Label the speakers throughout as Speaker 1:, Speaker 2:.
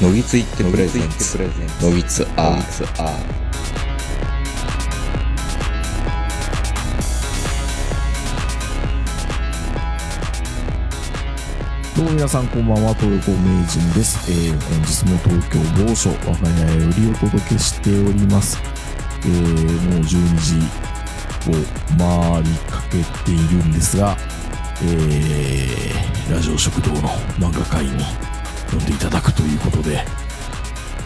Speaker 1: のぎついってプレゼンツのぎつアー
Speaker 2: どうも皆さんこんばんは、東横名人です。えー、本日も東京某所我が家よりお届けしております。えー、もう12時を回りかけているんですが、えー、ラジオ食堂の漫画会に呼んでいただくということで、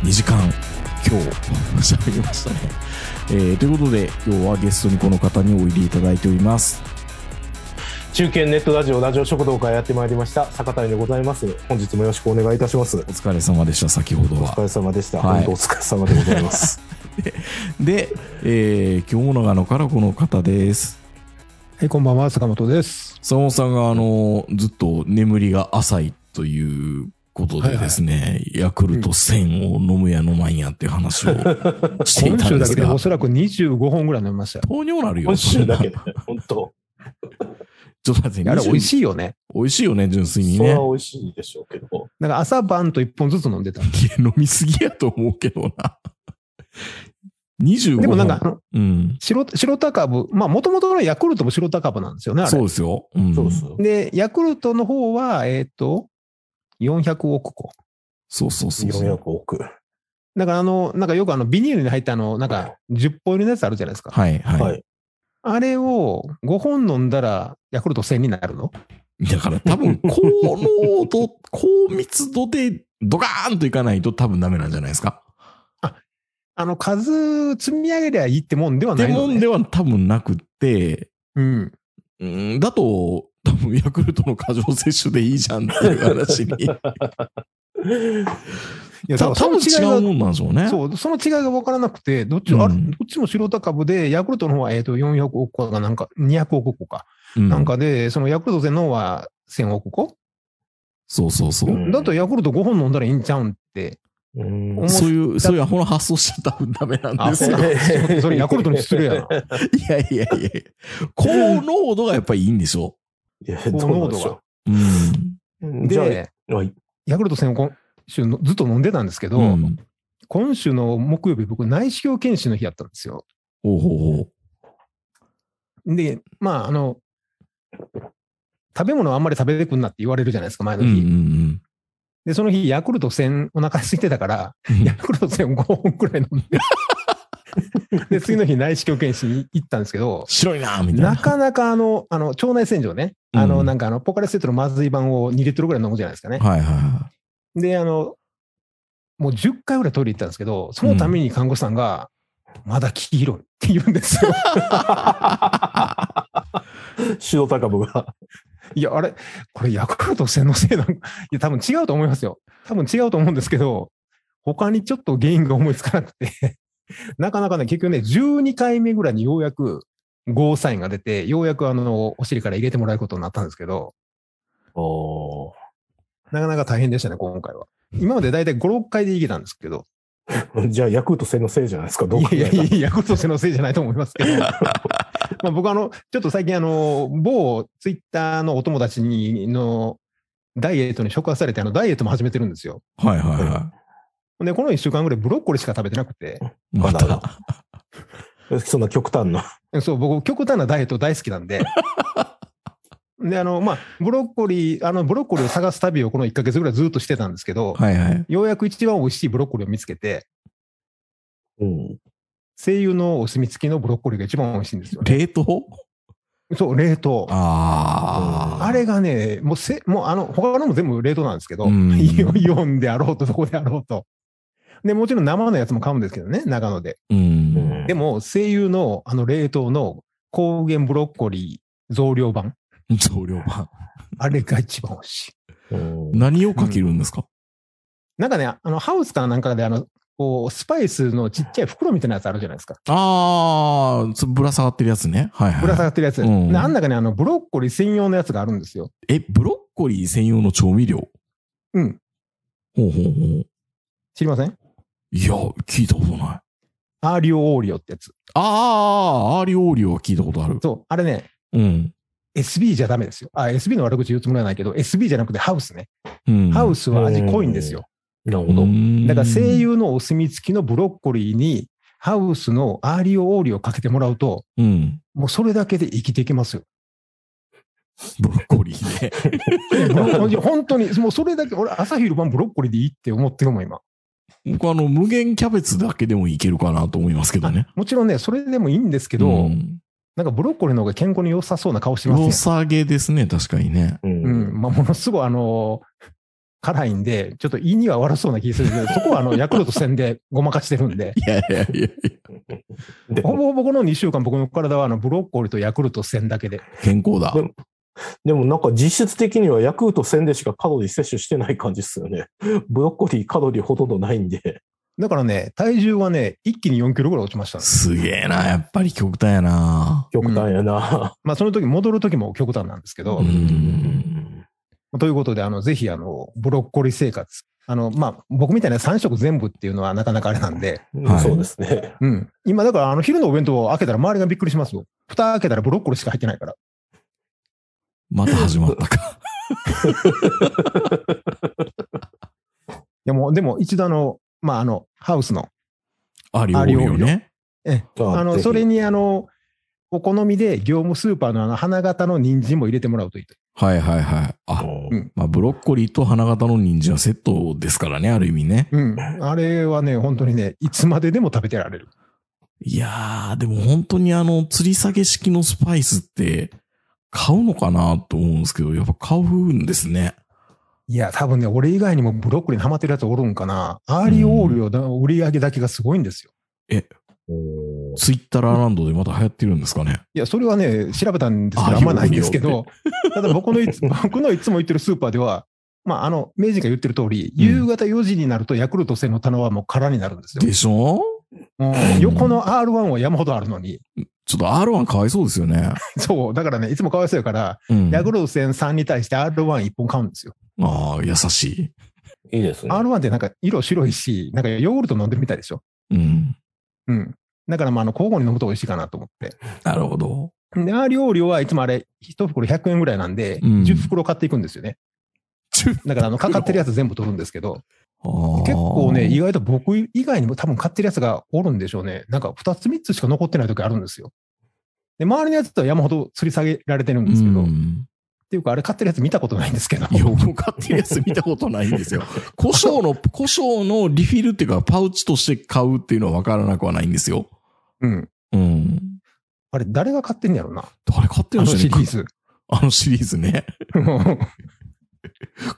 Speaker 2: 2時間今日喋りましたね。えー、ということで、今日はゲストにこの方においでいただいております。
Speaker 3: 中堅ネットラジオラジオ食堂からやってまいりました坂谷でございます本日もよろしくお願いいたしますお
Speaker 2: お疲れ様でした、先ほどは
Speaker 3: 疲。れ様でした、
Speaker 2: はい
Speaker 3: 本当お疲れ様でございます
Speaker 2: で、えー、今日の長野からこの方です。
Speaker 4: はい、こんばんは、坂本です。
Speaker 2: 坂本さんが、あの、ずっと眠りが浅いということでですね、ヤクルト1000を飲むや飲まんやっていう話 をしてい
Speaker 4: 今
Speaker 2: たん
Speaker 4: 週
Speaker 2: で
Speaker 4: だ
Speaker 2: す
Speaker 4: けで
Speaker 2: が
Speaker 4: お、そらく25本ぐらい飲みましたよ。
Speaker 2: 糖尿なるよ。
Speaker 3: 今週だけ
Speaker 2: ち
Speaker 3: で本当
Speaker 2: ょっと待って、
Speaker 4: あれ、美味
Speaker 2: い。
Speaker 4: しいよね。
Speaker 2: 美味しいよね、純粋に
Speaker 3: そ
Speaker 2: ね。い
Speaker 3: れ
Speaker 2: や
Speaker 3: は美味しいでしょうけど
Speaker 4: なんか朝晩と1本ずつ飲んでた。
Speaker 2: 飲みすぎやと思うけどな。25
Speaker 4: でもなんか、あ
Speaker 2: 本
Speaker 4: の
Speaker 2: うん。
Speaker 4: 白白高部、まあ、もともとのヤクルトも白高部なんですよね、あ
Speaker 2: そう
Speaker 4: れ。
Speaker 2: ですよ。うん。
Speaker 3: そうそう
Speaker 4: で、ヤクルトの方は、えっ、と、400億個。
Speaker 2: そうそうそうそう
Speaker 3: 400億は
Speaker 4: だから、あの、なんかよくあの、ビニールに入ったあの、なんか、10本入りのやつあるじゃないですか。
Speaker 2: はい、はい。
Speaker 3: い
Speaker 4: あれを5本飲んだら、ヤクルト1000になるの
Speaker 2: だから多分、高濃度、高密度でドカーンといかないと多分ダメなんじゃないですか。
Speaker 4: あの、数積み上げりゃいいってもんでは
Speaker 2: で
Speaker 4: ないの
Speaker 2: もん
Speaker 4: ね。
Speaker 2: では多分なくって、
Speaker 4: うん。
Speaker 2: うんだと、多分ヤクルトの過剰摂取でいいじゃんって いう話に。
Speaker 4: いや、だか
Speaker 2: 多
Speaker 4: らそ
Speaker 2: 分
Speaker 4: の
Speaker 2: 違
Speaker 4: 違いが
Speaker 2: うもんなんでしょうね。
Speaker 4: そう、その違いが分からなくて、どっち,、あれ
Speaker 2: うん
Speaker 4: どっちも素人株で、ヤクルトの方は、えー、と400億個かなんか、200億個か、
Speaker 2: うん
Speaker 4: なんかで、そのヤクルト全の方は1000億個、
Speaker 2: そうそうそうう。
Speaker 3: ん
Speaker 4: だとヤクルト5本飲んだらいいんちゃう んって、
Speaker 3: うん
Speaker 4: 思っ
Speaker 2: そういう、そういうアホな発想しちゃ多分ダメなんですよ。
Speaker 4: あ
Speaker 2: い
Speaker 4: そそれヤクルトに失 礼やな。
Speaker 2: やいやいや高濃度がやっぱりいいんでしょ
Speaker 3: いやどうなんでしょ
Speaker 2: う。うん。
Speaker 3: ううんじゃ
Speaker 4: で、
Speaker 3: あはい
Speaker 4: ヤクルト1000億週のずっと飲んでたんですけど、
Speaker 2: うん
Speaker 4: 今週の木曜日、僕、内視鏡検診の日やったんですよ。
Speaker 2: ほうほうほ
Speaker 4: で、まあ、あの、食べ物はあんまり食べてくんなって言われるじゃないですか、前
Speaker 2: う。う
Speaker 4: の
Speaker 2: ん
Speaker 4: 日。
Speaker 2: うん
Speaker 4: で、その日、ヤクルト1000、お腹空いてたから、
Speaker 2: うん。
Speaker 4: ヤクルト1000 5本くらい飲ん で。で、次の日内視鏡検診行ったんですけど、
Speaker 2: 白いなみたいな。
Speaker 4: なかなかあの、あの、腸内洗浄ね。あ
Speaker 2: う
Speaker 4: の、
Speaker 2: ん
Speaker 4: なんかあの、ポカレスエットのまずい版を2リットルぐらい飲むじゃないですかね。
Speaker 2: はいはいは
Speaker 4: で、あの、もう10回ぐらいトイレ行ったんですけど、そのために看護師さんが、まだ黄色いって言うんですよ。
Speaker 3: 白高部が
Speaker 4: いや、あれ、これヤクルト1000のせ いなんか、いや、多分違うと思いますよ。多分違うと思うんですけど、他にちょっと原因が思いつかなくて、 なかなかね、結局ね、12回目ぐらいにようやく、ゴーサインが出て、ようやくあの、お尻から入れてもらうことになったんですけど、
Speaker 3: おー
Speaker 4: なかなか大変でしたね、今回は。今までだいたい5、6回でいけたんですけど、
Speaker 3: じゃあヤクルト戦のせいじゃないですかどう考
Speaker 4: い
Speaker 3: え
Speaker 4: や
Speaker 3: た
Speaker 4: い
Speaker 3: ら
Speaker 4: やいや、ヤクルト戦のせいじゃないと思いますけど、まあ僕あの、ちょっと最近あの、某ツイッターのお友達にの、ダイエットに触発されて、あの、ダイエットも始めてるんですよ。
Speaker 2: い。はいはいはい。
Speaker 4: で、この1週間ぐらいブロッコリーしか食べてなくて、
Speaker 2: ま
Speaker 3: ま
Speaker 2: た。
Speaker 3: そんな極端な
Speaker 4: そう、僕、極端なダイエット大好きなん で、で、あの、まあ、ブロッコリー、あの、ブロッコリーを探す旅をこの1ヶ月ぐらいずっとしてたんですけど、
Speaker 2: はいはい。
Speaker 4: ようやく一番美味しいブロッコリーを見つけて、
Speaker 3: うん
Speaker 4: 声優のお墨付きのブロッコリーが一番美味しいんですよね。
Speaker 2: 冷凍
Speaker 4: そう、冷凍。
Speaker 2: ああ。
Speaker 4: あれがね、もうせ、もうあの、他のも全部冷凍なんですけど、
Speaker 2: うん
Speaker 4: イ オイオンであろうと、どこであろうと。で、もちろん生のやつも買うんですけどね、長野で。
Speaker 2: う。
Speaker 3: うんん
Speaker 4: でも、声優のあの冷凍の高原ブロッコリー増量版。
Speaker 2: 増量版。
Speaker 4: あれが一番美味しい。
Speaker 3: うん
Speaker 2: 何をかけるんですか
Speaker 4: なんかね、あの、ハウスかなんかで、あの、こう、スパイスのちっちゃい袋みたいなやつあるじゃないですか。
Speaker 2: ああ、つぶら下がってるやつね。はい
Speaker 4: ぶら下
Speaker 2: はい。
Speaker 4: がってるやつ。
Speaker 2: うん
Speaker 4: であん中にあの、ブロッコリー専用のやつがあるんですよ。
Speaker 2: え、ブロッコリー専用の調味料
Speaker 4: うん。
Speaker 2: ほうほうほう。
Speaker 4: 知りません
Speaker 2: いや、聞いたことない。あ
Speaker 4: アーリオオーリオってやつ。
Speaker 2: あ、アーリオーリオは聞いたことある。
Speaker 4: そう。あれね、
Speaker 2: うん。
Speaker 4: SB じゃダメですよ。あ、SB の悪口言うつもりはないけど、SB じゃなくてハウスね。
Speaker 2: うん。
Speaker 4: ハウスは味濃いんですよ。
Speaker 3: なる
Speaker 2: う
Speaker 3: ほど。
Speaker 2: ん
Speaker 4: だから声優のお墨付きのブロッコリーに、ハウスのアーリオオーリをかけてもらうと、
Speaker 2: うん。
Speaker 4: もうそれだけで生きていけますよ。
Speaker 2: ブロッコリーで。
Speaker 4: ブロッコリー 本当に、もうそれだけ、俺、朝昼晩ブロッコリーでいいって思ってるもん、今。
Speaker 2: 僕あの、無限キャベツだけでもいけるかなと思いますけどね。
Speaker 4: もちろんね、それでもいいんですけど、
Speaker 2: うん
Speaker 4: なんかブロッコリーの方が健康に良さそうな顔してますね
Speaker 2: 良。さげですね、確かにね。
Speaker 3: う。
Speaker 4: うんん、まあ、ものすごい、あの辛いんで、ちょっと胃には悪そうな気がするけど、そこはあのヤクルト戦でごまかしてるんで、
Speaker 2: いやいやいやいや
Speaker 3: で
Speaker 4: ほ
Speaker 3: も、
Speaker 4: ぼほぼこの2週間、僕の体はあのブロッコリーとヤクルト戦だけで、
Speaker 2: 健康だ
Speaker 3: で。もでもなんか実質的にはヤクルト1000でしかカロリー摂取してない感じっすよね。 ブロッコリーカロリーほとんどないんで。
Speaker 4: だからね、体重はね、一気に4キロぐらい落ちました、
Speaker 2: すげえな、やっぱり極端やな。
Speaker 3: 極端やな。
Speaker 4: まあ、その時戻る時も極端なんですけど、
Speaker 2: うん。
Speaker 4: ということで、あのぜひあのブロッコリー生活、あのまあ、僕みたいな3食全部っていうのはなかなかあれなんで、
Speaker 2: はい
Speaker 3: そうですね。
Speaker 4: うん、今、だからあの昼のお弁当を開けたら周りがびっくりしますよ。蓋開けたらブロッコリーしか入ってないから。
Speaker 2: また始まった か。
Speaker 4: でも、でも一度あの、まあ、あの、ハウスの、
Speaker 2: ありおるよね。
Speaker 4: ええあの、それに、あの、お好みで業務スーパーのあの、花形の人参も入れてもらうといいと。
Speaker 2: はいはいはい。あ、
Speaker 4: うん
Speaker 2: まあ、ブロッコリーと花形の人参はセットですからね、ある意味ね。
Speaker 4: うん。あれはね、本当にね、いつまででも食べてられる。
Speaker 2: いやー、でも本当にあの、吊り下げ式のスパイスって、買うのかなと思うんですけど、やっぱ買うんですね。
Speaker 4: いや、多分ね、俺以外にもブロッコリーにハマってるやつおるんかな。アーリーオールをだ売り上げだけがすごいんですよ。
Speaker 3: うん
Speaker 2: ツイッターラランドでまた流行ってるんですかね。
Speaker 4: いや、それはね、調べたんですけど、
Speaker 2: あ
Speaker 4: あんまないんですけど、 ただ僕のいつ、
Speaker 3: うん
Speaker 4: 僕のいつも言ってるスーパーでは、まあ、あの、明治が言ってる通り、夕方4時になるとヤクルト製の棚はもう空になるんですよ。
Speaker 2: でしょ
Speaker 4: うん横の R1 は山ほどあるのに、
Speaker 2: ちょっと R1 かわいそうですよね。
Speaker 4: そう、だからね、いつもかわいそうやから、
Speaker 2: うん。
Speaker 4: ヤクルト戦3に対して R11 本買うんですよ。
Speaker 2: ああ、優し
Speaker 3: いいですね。
Speaker 4: R1 ってなんか色白いし、なんかヨーグルト飲んでるみたいでしょ。
Speaker 2: い。うん。
Speaker 4: うん。だからまあ、あの、交互に飲むと美味しいかなと思って。
Speaker 2: なるほど。
Speaker 4: で、R 容量はいつもあれ、1袋100円ぐらいなんで、
Speaker 2: うん
Speaker 4: 10袋買っていくんですよね。だから、あの、かかってるやつ全部取るんですけど、
Speaker 2: 結
Speaker 4: 結構ね、意外と僕以外にも多分買ってるやつがおるんでしょうね。なんか2つ3つしか残ってない時あるんですよ。で、周りのやつとは山ほど吊り下げられてるんですけど、
Speaker 2: う
Speaker 4: っ
Speaker 2: ん
Speaker 4: ていうか、あれ買ってるやつ見たことないんですけど。
Speaker 2: いや、僕買ってるやつ見たことないんです よ。胡椒の、胡椒のリフィルっていうか、パウチとして買うっていうのは分からなくはないんですよ。
Speaker 4: うん。
Speaker 2: うん。
Speaker 4: あれ、誰が買ってんやろうな。
Speaker 2: 誰買ってる
Speaker 4: あ
Speaker 2: ん
Speaker 4: の
Speaker 2: です
Speaker 4: シリ
Speaker 2: かね
Speaker 4: ーズ。
Speaker 2: あのシリーズね。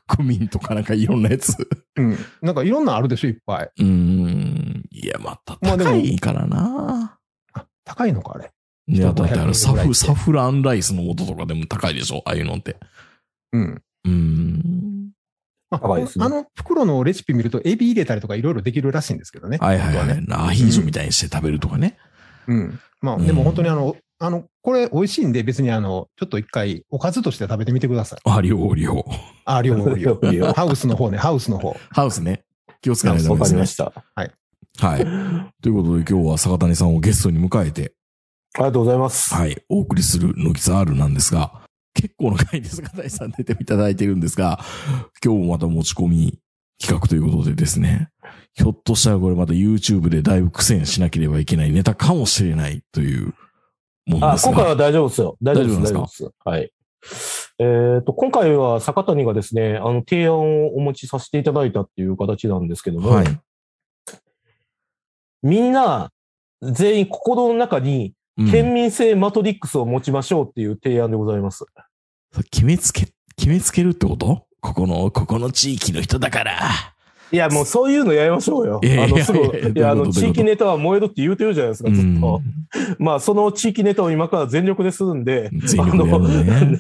Speaker 2: クミンとかなんかいろんなやつ。
Speaker 4: うん。 なんかいろんなのあるでしょ、いっぱい。
Speaker 2: うん。いや、また
Speaker 4: まあでも
Speaker 2: 高いからな。
Speaker 4: あ高いのか、あれ。
Speaker 2: いや、だってあの、サ
Speaker 4: 100ぐらいっ
Speaker 2: フ、
Speaker 4: て
Speaker 2: サフランライスの元とかでも高いでしょああいうのって。
Speaker 4: うん。
Speaker 2: うん。
Speaker 4: まあ
Speaker 3: 高いですね
Speaker 4: あの袋のレシピ見ると、エビ入れたりとかいろいろできるらしいんですけどね。
Speaker 2: はいはい
Speaker 4: 本当
Speaker 2: は
Speaker 4: ね
Speaker 2: い。アヒージョみたいにして食べるとかね。
Speaker 4: うん。まあ、
Speaker 2: うん
Speaker 4: でも本当にあの、あの、これ美味しいんで、別にあの、ちょっと一回おかずとして食べてみてください。
Speaker 2: あ、両方両方。
Speaker 4: あ、料理
Speaker 3: 料理を
Speaker 4: ハウスの方ね、ハウスの方。
Speaker 2: ハウスね。気をつけないとダ
Speaker 3: わ
Speaker 2: メで
Speaker 3: か
Speaker 2: す
Speaker 3: り
Speaker 2: ね
Speaker 3: ま。した。あ
Speaker 2: はい。 ということで今日は坂谷さんをゲストに迎えて、
Speaker 3: りがとうございます。
Speaker 2: はい、お送りする野木さん R なんですが、結構な回で坂谷さん出ていただいてるんですが、今日もまた持ち込み企画ということでですね、ひょっとしたらこれまた YouTube でだいぶ苦戦しなければいけないネタかもしれないというもの
Speaker 3: あ、
Speaker 2: です
Speaker 3: 今回
Speaker 2: が、
Speaker 3: は大丈夫ですよ。大丈夫で
Speaker 2: 大丈
Speaker 3: す。大丈
Speaker 2: 夫
Speaker 3: 夫
Speaker 2: で
Speaker 3: です。はい。えっ、と、今回は坂谷がですね、あの、提案をお持ちさせていただいたっていう形なんですけども、
Speaker 2: はい。
Speaker 3: みんな、全員心の中に、
Speaker 2: うん
Speaker 3: 県民性マトリックスを持ちましょうっていう提案でございます。
Speaker 2: 決めつけ、決めつけるってことここの、ここの地域の人だから。
Speaker 3: いや、もうそういうのやりましょうよ。
Speaker 2: いや
Speaker 3: あ
Speaker 2: いやい
Speaker 3: の、
Speaker 2: や
Speaker 3: す
Speaker 2: どういうこと
Speaker 3: ぐ、いや、あ
Speaker 2: どういうこ
Speaker 3: の、
Speaker 2: と
Speaker 3: 地域ネタは燃えるって言うてるじゃないですか、ずっと。まあ、その地域ネタを今から全力でするんで、
Speaker 2: うん全力でやるの
Speaker 3: あの
Speaker 2: ね。
Speaker 3: ね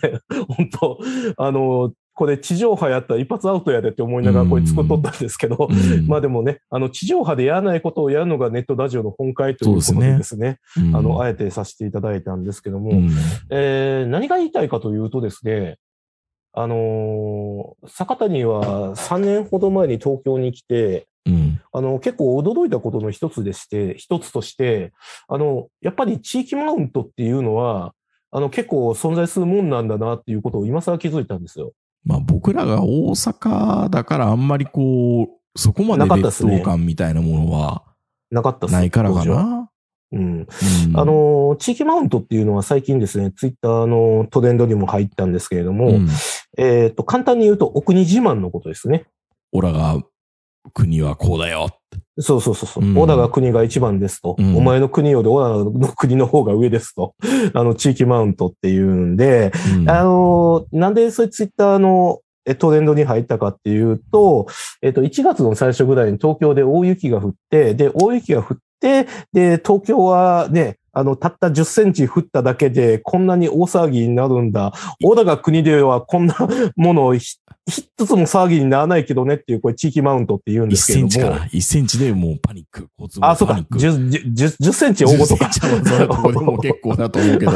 Speaker 3: 本当、あの、これ地上波やったら一発アウトやでって思いながらこれ作っとったんですけど、
Speaker 2: うん
Speaker 3: まあでもね、あの、地上波でやらないことをやるのがネットラジオの本会ということ
Speaker 2: そうです
Speaker 3: で
Speaker 2: ね
Speaker 3: ですね、
Speaker 2: うん
Speaker 3: あの、あえてさせていただいたんですけども、
Speaker 2: うん
Speaker 3: えー何が言いたいかというとですね、あのー坂谷は3年ほど前に東京に来て、
Speaker 2: うん。
Speaker 3: あの、結構驚いたことの一つでして、一つとして、あの、やっぱり地域マウントっていうのは、あの、結構存在するもんなんだなっていうことを今更気づいたんですよ。
Speaker 2: まあ僕らが大阪だからあんまりこう、そこまで
Speaker 3: なかったっ
Speaker 2: 劣
Speaker 3: すね
Speaker 2: 等感みたいなものは
Speaker 3: なかったっす
Speaker 2: ないからか
Speaker 3: 当時は
Speaker 2: な。
Speaker 3: うん。
Speaker 2: うん
Speaker 3: あの、ー、地域マウントっていうのは最近ですね、ツイッターのトレンドにも入ったんですけれど
Speaker 2: う
Speaker 3: も、
Speaker 2: ん、
Speaker 3: えっ、と、簡単に言うと、お国自慢のことですね。
Speaker 2: オラが国はこうだよ。
Speaker 3: そうそうそうそう、
Speaker 2: うん
Speaker 3: オラが国が一番ですと、
Speaker 2: うん
Speaker 3: お前の国よりオラの国の方が上ですと、 あの、地域マウントっていうんで、
Speaker 2: うん
Speaker 3: あのー、なんでそういうツイッターのえトレンドに入ったかっていうと、えっと、1月の最初ぐらいに東京で大雪が降って、で、大雪が降って、で、東京はね、あの、たった10センチ降っただけで、こんなに大騒ぎになるんだ。小田が国ではこんな ものをひ一つも騒ぎにならないけどねっていう、これ地域マウントって言うん
Speaker 2: 1
Speaker 3: ですけ
Speaker 2: セ
Speaker 3: れ
Speaker 2: ン
Speaker 3: ども。
Speaker 2: チかな。1センチでもうパニック。交通網
Speaker 3: あ、そう
Speaker 2: パ
Speaker 3: か
Speaker 2: ニッ。ク
Speaker 3: 10, 10, 10センチ大ごとか
Speaker 2: 10。センチはそれはここでも結構だと思うけ ど。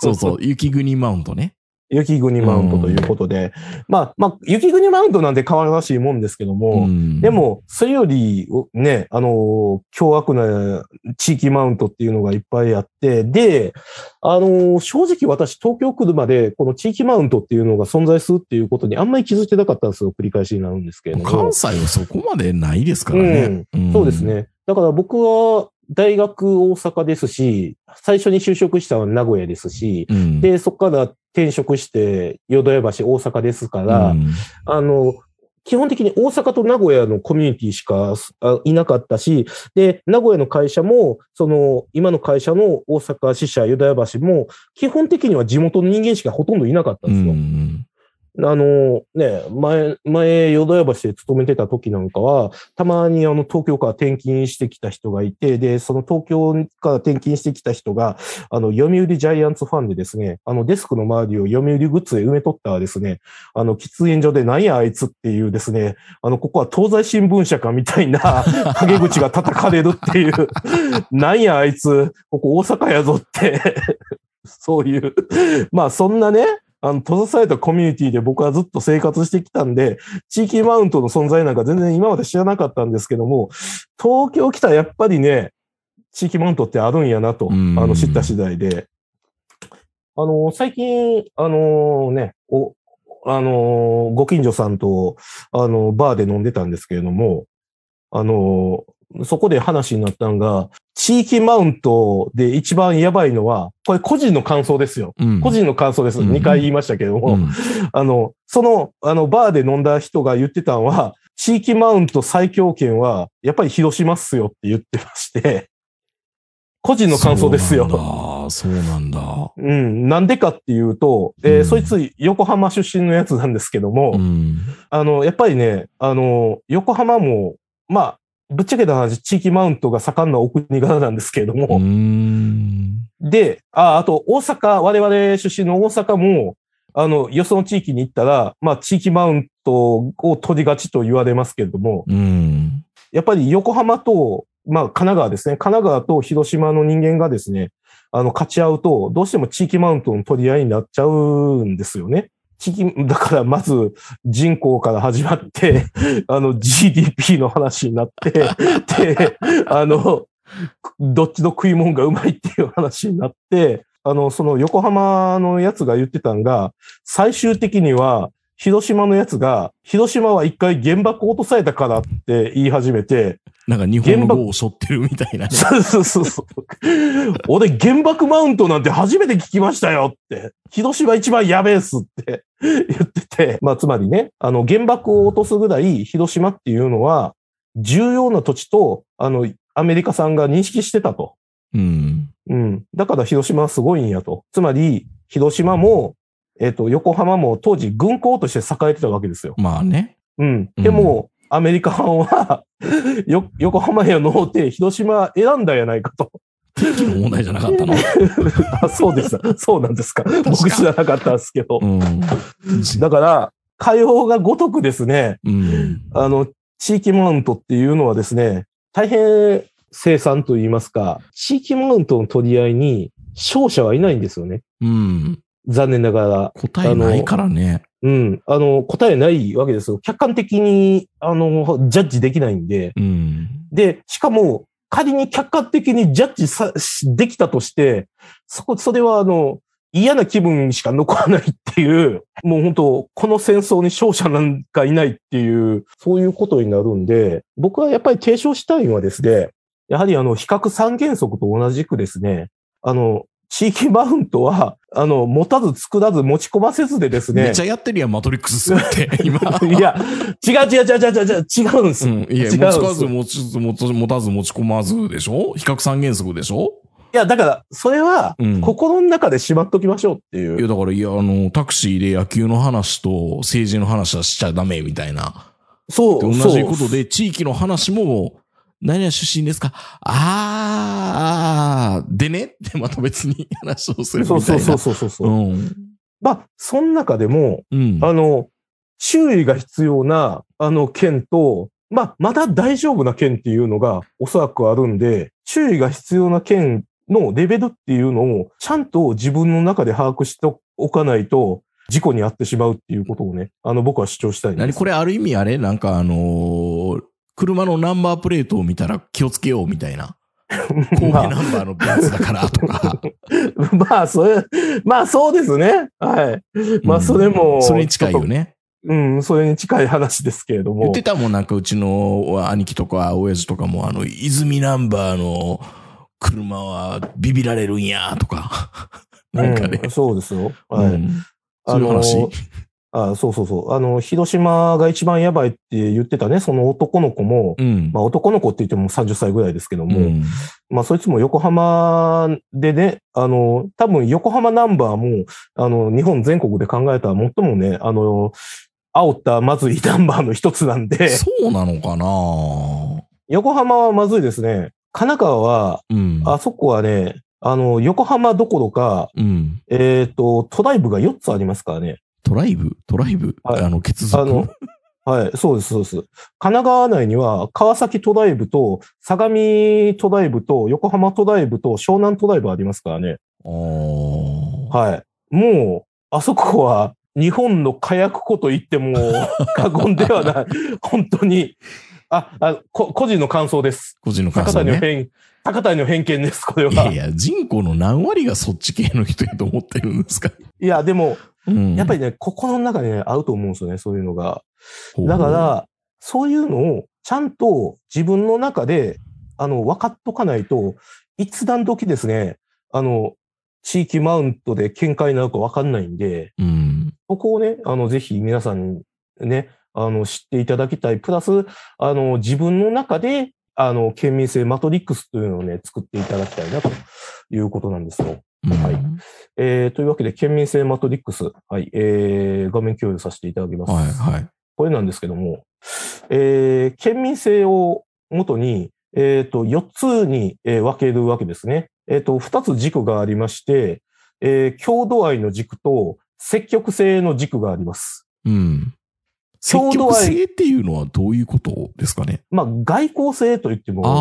Speaker 2: そうそう、雪国マウントね。
Speaker 3: 雪国マウントということで、まあ、まあ、雪国マウントなんて変わらなしいもんですけども、
Speaker 2: ん
Speaker 3: で、も、それより、ね、あの、凶悪な地域マウントっていうのがいっぱいあって、で、あの、正直私、東京来るまで、この地域マウントっていうのが存在するっていうことにあんまり気づいてなかったんですよ、繰り返しになるんですけれども
Speaker 2: 関。西はそこまでないですからね。ん
Speaker 3: そうです。ね。だから僕は、大学大阪ですし、最初に就職したのは名古屋ですし、
Speaker 2: うん、
Speaker 3: で、そこから転職して、淀屋橋大阪ですから、
Speaker 2: うん
Speaker 3: あの、基本的に大阪と名古屋のコミュニティしかあいなかったし、で、名古屋の会社も、その、今の会社の大阪支社、ユダヤ橋も、基本的には地元の人間しかほとんどいなかったんですよ。
Speaker 2: うん
Speaker 3: あの、ね、前、前、ヨドヤ橋で勤めてた時なんかは、たまにあの、東京から転勤してきた人がいて、で、その東京から転勤してきた人が、あの、読売ジャイアンツファンでですね、あの、デスクの周りを読売グッズで埋めとったらですね、あの、喫煙所で何やあいつっていうですね、あの、ここは東西新聞社かみたいな 陰口が叩かれるっていう、何やあいつ、ここ大阪やぞって、 そういう、まあそんなね、あの、閉ざされたコミュニティで僕はずっと生活してきたんで、地域マウントの存在なんか全然今まで知らなかったんですけども、東京来たらやっぱりね、地域マウントってあるんやなと、あ
Speaker 2: うん
Speaker 3: の、知った次第で。あの、最近、あのね、お、あの、ご近所さんと、あの、バーで飲んでたんですけれども、あの、そこで話になったのが、地域マウントで一番やばいのは、これ個人の感想ですよ。
Speaker 2: うん
Speaker 3: 個人の感想です。
Speaker 2: うん
Speaker 3: 2回言いましたけども、
Speaker 2: うん
Speaker 3: あの、その、あの、バーで飲んだ人が言ってたのは、地域マウント最強権は、やっぱり広島っすよって言ってまして、 個人の感想ですよ。
Speaker 2: そうなんだ。そう
Speaker 3: うん、なんでかっていうと、えー
Speaker 2: うん
Speaker 3: そいつ横浜出身のやつなんですけども、
Speaker 2: なんだ。うん。
Speaker 3: あの、やっぱりね、あの、横浜も、まあ、ぶっちゃけた話、地域マウントが盛んなお国柄なんですけれど
Speaker 2: う
Speaker 3: も、
Speaker 2: ん
Speaker 3: で、あ、あと大阪、我々出身の大阪も、あの、よその地域に行ったら、まあ、地域マウントを取りがちと言われますけれども、
Speaker 2: うん。
Speaker 3: やっぱり横浜と、まあ、神奈川ですね。神奈川と広島の人間がですね、あの、勝ち合うと、どうしても地域マウントの取り合いになっちゃうんですよね。地域、だからまず人口から始まって、 あの、GDP の話になって、 で、あの、どっちの食い物がうまいっていう話になって、あの、その横浜のやつが言ってたんが、最終的には、広島のやつが、広島は一回原爆落とされたからって言い始めて、
Speaker 2: なんか日本語を背負ってるみたいなね。
Speaker 3: そうそうそうそう。俺、原爆マウントなんて初めて聞きましたよって。広島一番やべえっすって言ってて。まあ、つまりね、あの、原爆を落とすぐらい広島っていうのは、重要な土地と、あの、アメリカさんが認識してたと。
Speaker 2: うん。
Speaker 3: うん。だから広島はすごいんやと。つまり、広島も、えっ、と、横浜も当時軍港として栄えてたわけですよ。
Speaker 2: まあね。
Speaker 3: うん。でも、アメリカ版は よ、横浜への方で広島選んだやないか と。
Speaker 2: 天気の問題じゃなかったの。
Speaker 3: あそうです。そうなんですか。僕知らなかったんですけど
Speaker 2: う。ん。
Speaker 3: だから、かようがごとくですね、
Speaker 2: うん。
Speaker 3: あの、地域マウントっていうのはですね、大変生産といいますか、地域マウントの取り合いに勝者はいないんですよね。
Speaker 2: うん。
Speaker 3: 残念ながら。
Speaker 2: 答えないからね。
Speaker 3: うん。あの、答えないわけですよ。客観的に、あの、ジャッジできないんで。
Speaker 2: うん。
Speaker 3: で、しかも、仮に客観的にジャッジさしできたとして、そこ、それはあの、嫌な気分しか残らないっていう、もう本当、この戦争に勝者なんかいないっていう、そういうことになるんで、僕はやっぱり提唱したいのはですね、やはりあの、比較三原則と同じくですね、あの、地域マウントは、あの、持たず作らず持ち込ませずでです
Speaker 2: め
Speaker 3: ね
Speaker 2: っち、ゃやってるやん、マトリックスす って、今。
Speaker 3: いや、違う違う違う違う違う、違うんです
Speaker 2: う。ん、いや、
Speaker 3: 違う
Speaker 2: 持ちかず、持ちず、持たず、持たず、持ち込まずでしょ比較三原則でしょ
Speaker 3: いや、だから、それは、
Speaker 2: うん。
Speaker 3: 心の中でしまっときましょうっていう。
Speaker 2: いや、だから、いや、あの、タクシーで野球の話と政治の話はしちゃダメ、みたいな。
Speaker 3: そう、
Speaker 2: 同
Speaker 3: そう
Speaker 2: じことで、地域の話も、何々出身ですかあー、あーでね ってまた別に話をするみた
Speaker 3: そ
Speaker 2: いうな。
Speaker 3: そうそうそうそうそうう。
Speaker 2: ん。
Speaker 3: まあ、その中でも、
Speaker 2: うん。
Speaker 3: あの、注意が必要な、あの、県と、まあ、まだ大丈夫な県っていうのがおそらくあるんで、注意が必要な県のレベルっていうのを、ちゃんと自分の中で把握しておかないと、事故に遭ってしまうっていうことをね、あの、僕は主張したいんで
Speaker 2: 何
Speaker 3: す。
Speaker 2: これある意味あれなんかあのー車のナンバープレートを見たら気をつけようみたい な。神戸ナンバーのやつだからとか。
Speaker 3: まあ、それ、まあ、そうですね。はい。まあ
Speaker 2: うん
Speaker 3: それも
Speaker 2: それに近いよね。
Speaker 3: うん、それに近い話ですけれど
Speaker 2: 言っ
Speaker 3: も
Speaker 2: て。たもん、なんかうちの兄貴とか親父とかも、あの、泉ナンバーの車はビビられるんやとか。 なんかね
Speaker 3: う。そうですよ。はい。
Speaker 2: うんそういう話
Speaker 3: あのあそうそうそう。あの、広島が一番やばいって言ってたね、その男の子も、
Speaker 2: うん。
Speaker 3: まあ男の子って言っても30歳ぐらいですけど
Speaker 2: う
Speaker 3: も、
Speaker 2: ん
Speaker 3: まあそいつも横浜でね、あの、多分横浜ナンバーも、あの、日本全国で考えたら最もね、あの、煽ったまずいナンバーの一つなんで、
Speaker 2: そうなのかな
Speaker 3: 横浜はまずいですね。神奈川は、
Speaker 2: うん。
Speaker 3: あそこはね、あの、横浜どころか、
Speaker 2: うん。
Speaker 3: えっ、と、トライブが4つありますからね。
Speaker 2: トライブトライブ
Speaker 3: はい
Speaker 2: あの、血
Speaker 3: あ
Speaker 2: 族
Speaker 3: の、はい、そうです、そうです。神奈川内には、川崎トライブと、相模トライブと、横浜トライブと、湘南トライブありますからね。
Speaker 2: あー
Speaker 3: はい。もう、あそこは、日本の火薬庫と言っ ても過言ではない。本当に。あ、あこ個人の感想です。
Speaker 2: 個人の感
Speaker 3: 高
Speaker 2: 想
Speaker 3: 谷の
Speaker 2: ね。
Speaker 3: 偏、高谷の偏見です、これは。
Speaker 2: い
Speaker 3: いや
Speaker 2: やいや、人口の何割がそっち系の人やと思ってるんですか、
Speaker 3: でも、
Speaker 2: うん、
Speaker 3: やっぱりね、心の中にね、合うと思うんですよね、そういうのが。
Speaker 2: ほう、
Speaker 3: だから、そういうのをちゃんと自分の中で、あの、分かっとかないと、いつ何時ですね、あの、地域マウントで見解になるか分かんないんで、
Speaker 2: うん、
Speaker 3: ここをね、あの、ぜひ皆さんにね、あの、知っていただきたい。プラス、あの、自分の中で、あの、県民性マトリックスというのをね、作っていただきたいなということなんですよ。
Speaker 2: うん
Speaker 3: はいえー、というわけで、県民性マトリックス、はい、えー、画面共有させていただきます。
Speaker 2: はい、はい。
Speaker 3: これなんですけども、えー県民性をもとに、えーと、4つに、えー分けるわけですね。えーと、2つ軸がありまして、えー郷土愛の軸と積極性の軸があります。
Speaker 2: うん。積
Speaker 3: 郷土
Speaker 2: 極
Speaker 3: 愛
Speaker 2: 性っていうのはどういうことですかね
Speaker 3: まあ、外交性と言ってもいい
Speaker 2: ああ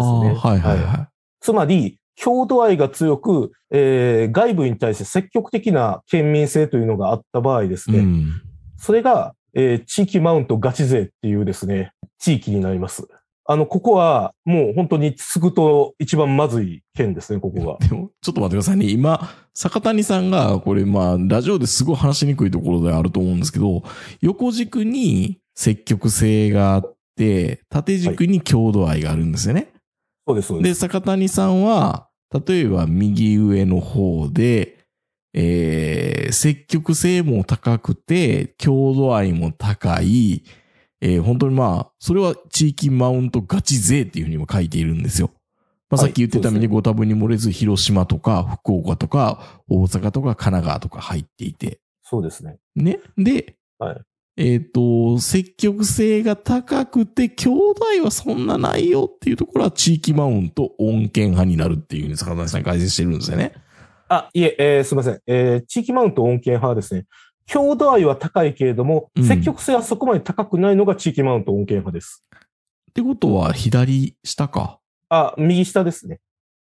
Speaker 2: ー、
Speaker 3: かも
Speaker 2: はい
Speaker 3: しれな
Speaker 2: はいい
Speaker 3: ですね。
Speaker 2: は
Speaker 3: つまり、郷土愛が強く、えー外部に対して積極的な県民性というのがあった場合です
Speaker 2: い。
Speaker 3: ね、
Speaker 2: うん。
Speaker 3: それが、えー地域マウントガチ勢っていうですね、地域になります。あの、ここは、もう本当につくと一番まずい県ですね、ここが。
Speaker 2: でも、ちょっと待ってくださいね。今、坂谷さんが、これ、まあ、ラジオですごい話しにくいところではあると思うんですけど、横軸に積極性があって、縦軸に郷土愛があるんですよね。
Speaker 3: そうです、そうで。
Speaker 2: です坂谷さんは例えば右上の方で、えー積極性も高くて郷土愛も高い、えー本当にまあそれは地域マウントガチ勢っていうふうにも書いているんですよ。まあ、
Speaker 3: は
Speaker 2: さ
Speaker 3: い
Speaker 2: っき言ってたみたいにご多分に漏れず広島とか福岡とか大阪とか神奈川とか入っていて。
Speaker 3: そうですね。
Speaker 2: ね。で、
Speaker 3: はい
Speaker 2: えっ、と、積極性が高くて、兄弟はそんなないよっていうところは、地域マウント、恩恵派になるっていうふうに坂谷さん解説してるんですよね。
Speaker 3: あ、いえ、えーすいません。えー地域マウント恩恵派ですね。郷土愛は高いけれども
Speaker 2: う、ん
Speaker 3: 積極性はそこまで高くないのが地域マウント恩恵派です。
Speaker 2: ってことは、左下か。
Speaker 3: あ、右下ですね。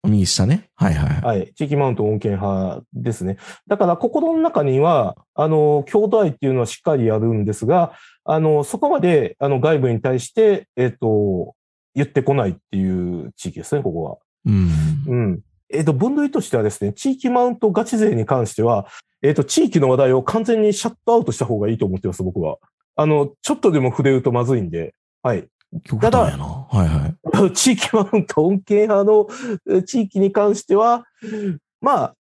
Speaker 2: 右下ね。はいはいはい。
Speaker 3: はい。地域マウント恩恵派ですね。だから、心の中には、あの、郷土愛っていうのはしっかりやるんですが、あの、そこまで、あの、外部に対して、えっ、と、言ってこないっていう地域ですね、ここは。
Speaker 2: うん。
Speaker 3: うん。えっと、分類としてはですね、地域マウントガチ勢に関しては、えっと、地域の話題を完全にシャットアウトした方がいいと思ってます、僕は。あの、ちょっとでも触れるとまずいんで、はい。
Speaker 2: 極端やな。はいはい。
Speaker 3: 地域マウント、恩恵派のえー地域に関しては、まあ、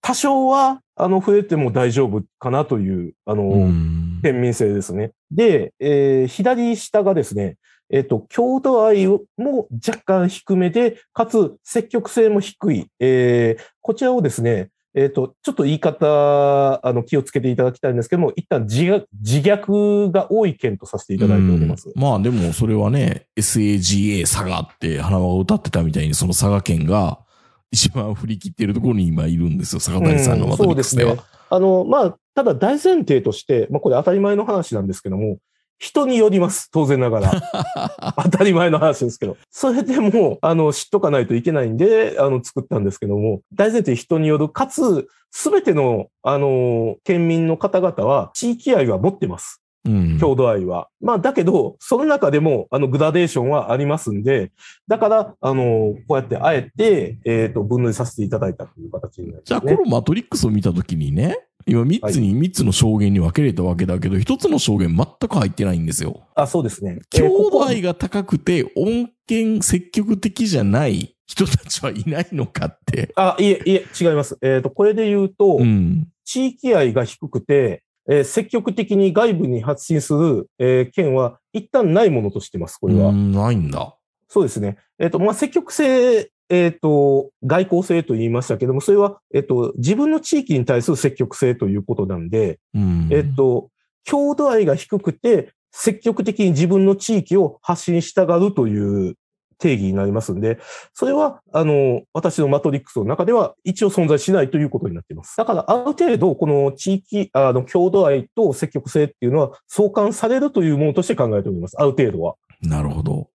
Speaker 3: 多少は、あの、増えても大丈夫かなという、あの、
Speaker 2: うん。
Speaker 3: 県民性ですね。で、えー左下がですね、えっ、と、郷土愛をも若干低めで、かつ積極性も低い。えーこちらをですね、えっ、と、ちょっと言い方、あの、気をつけていただきたいんですけども、一旦自虐自虐が多い県とさせていただいております。
Speaker 2: うんまあでもそれはね、SAGA 佐賀って花輪が歌ってたみたいに、その佐賀県が一番振り切ってるところに今いるんですよ。坂谷さんの
Speaker 3: う
Speaker 2: マ
Speaker 3: ん
Speaker 2: トリ
Speaker 3: そう
Speaker 2: ック
Speaker 3: で
Speaker 2: ス
Speaker 3: す
Speaker 2: では。
Speaker 3: ね。あの、まあ、ただ大前提として、まあ、これ当たり前の話なんですけども、人によります。当然ながら。 当たり前の話ですけど。それでも、あの、知っとかないといけないんで、あの、作ったんですけども、大前提人による、かつ、すべての、あの、県民の方々は、地域愛は持ってます。
Speaker 2: うん。
Speaker 3: 郷土愛は。まあ、だけど、その中でも、あの、グラデーションはありますんで、だから、あの、こうやって、あえて、えっ、と、分類させていただいたという形になります、
Speaker 2: じゃ
Speaker 3: ね。
Speaker 2: あこのマトリックスを見たときにね、今3つに3つの証言に分けれたわけだけど、1つの証言全く入ってないんですよ。
Speaker 3: あ、そうですね。え
Speaker 2: 兄
Speaker 3: ーここ
Speaker 2: 弟
Speaker 3: は
Speaker 2: が高くて、恩恵積極的じゃない人たちはいないのかって。
Speaker 3: あ、いえ、いえ、違います。えっ、と、これで言うと、
Speaker 2: うん。
Speaker 3: 地域愛が低くて、えー積極的に外部に発信する、えー県は一旦ないものとしてます、これは。
Speaker 2: うんないんだ。
Speaker 3: そうですね。えっ、と、まあ、積極性、えっ、と、外交性と言いましたけども、それは、えっ、と、自分の地域に対する積極性ということなんで、
Speaker 2: うん。
Speaker 3: えっ、と、郷土愛が低くて、積極的に自分の地域を発信したがるという定義になりますんで、それは、あの、私のマトリックスの中では一応存在しないということになっています。だから、ある程度、この地域、あの、郷土愛と積極性っていうのは相関されるというものとして考えております。ある程度は。
Speaker 2: なるほど。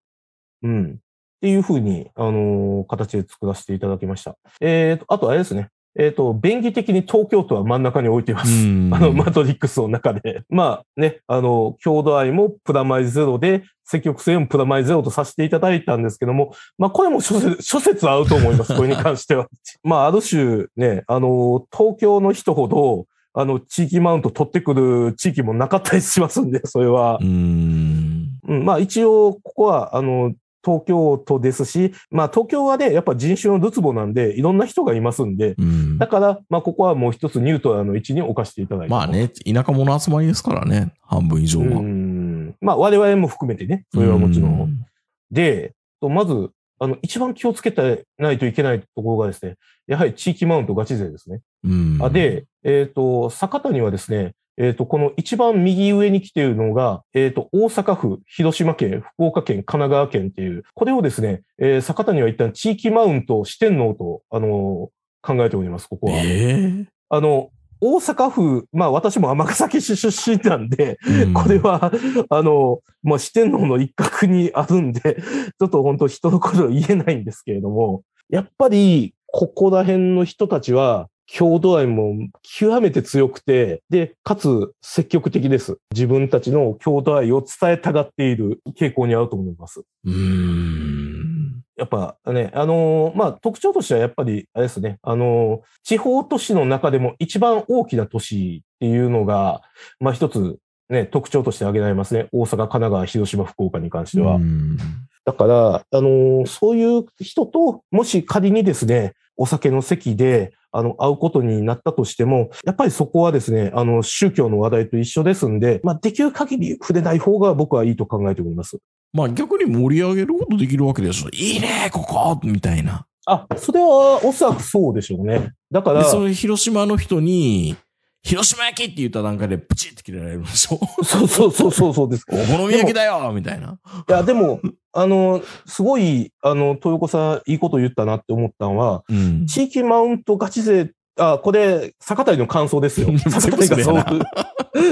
Speaker 3: うん。っていうふうに、あの形で作らせていただきました。えっ、と、あとあれですね。えっ、と、便宜的に東京都は真ん中に置い ていま
Speaker 2: う
Speaker 3: す。
Speaker 2: ん。
Speaker 3: あの、マトリックスの中で。 まあね、あの、郷土愛もプラマイゼロで、積極性もプラマイゼロとさせていただいたんですけども、まあこれも諸説、諸説合うと思い ます、これに関しては。まあある種ね、あの、東京の人ほど、あの、地域マウント取ってくる地域もなかったりしますんで、 それは
Speaker 2: う。ん。
Speaker 3: うん、まあ一応、ここは、あの、東京都ですし、まあ東京はね、やっぱ人種のるつぼなんで、いろんな人がいますんで、
Speaker 2: うん
Speaker 3: だ。から、まあここはもう一つニュートラルの位置に置かせていただいて。
Speaker 2: まあね、田舎者集まりですからね、半分以上は。
Speaker 3: うんまあ、我々も含めてね、それはもちろん。
Speaker 2: うん。
Speaker 3: で、とまず、あの、一番気をつけてないといけないところがですね、やはり地域マウントガチ勢ですね。
Speaker 2: うん
Speaker 3: あ、で、えっ、と、坂谷はですね、えっ、と、この一番右上に来ているのが、えっ、と、大阪府、広島県、福岡県、神奈川県っていう、これをですね、えー坂谷は一旦地域マウント四天王と、あの考えております、ここは。
Speaker 2: え
Speaker 3: あの、大阪府、まあ私も尼崎市出身なんで、
Speaker 2: えうん
Speaker 3: これは、 あの、まあ、四天王の一角にあるんで、 ちょっと本当人のことを言えないんですけれども、やっぱり、ここら辺の人たちは、郷土愛も極めて強くて、で、かつ積極的です。自分たちの郷土愛を伝えたがっている傾向にあると思います。
Speaker 2: うん。
Speaker 3: やっぱね、あのーまあ、特徴としてはやっぱり、あれですね、あのー地方都市の中でも一番大きな都市っていうのが、まあ、一つ、ね、特徴として挙げられますね。大阪、神奈川、広島、福岡に関しては。
Speaker 2: うん
Speaker 3: だから、あのーそういう人と、もし仮にですね、お酒の席で、あの、会うことになったとしても、やっぱりそこはですね、あの、宗教の話題と一緒ですんで、まあ、できる限り触れない方が僕はいいと考えております。
Speaker 2: まあ逆に盛り上げることできるわけでしょ。いいね、ここみたいな。
Speaker 3: あ、それはおそらくそうでしょうね。だから
Speaker 2: で、、それ広島の人に、広島焼きって言った段階でプチって切れられるんでし ょ
Speaker 3: そうそうそうそうそうです。
Speaker 2: お好み焼きだよみたいな。
Speaker 3: いや、でも、あの、すごい、あの、豊子さん、いいこと言ったなって思ったのは、
Speaker 2: うん。。
Speaker 3: 地域マウントガチ勢、あ、これ、坂谷の感想ですよ
Speaker 2: そう
Speaker 3: 坂
Speaker 2: で
Speaker 3: 谷
Speaker 2: すね
Speaker 3: がそう。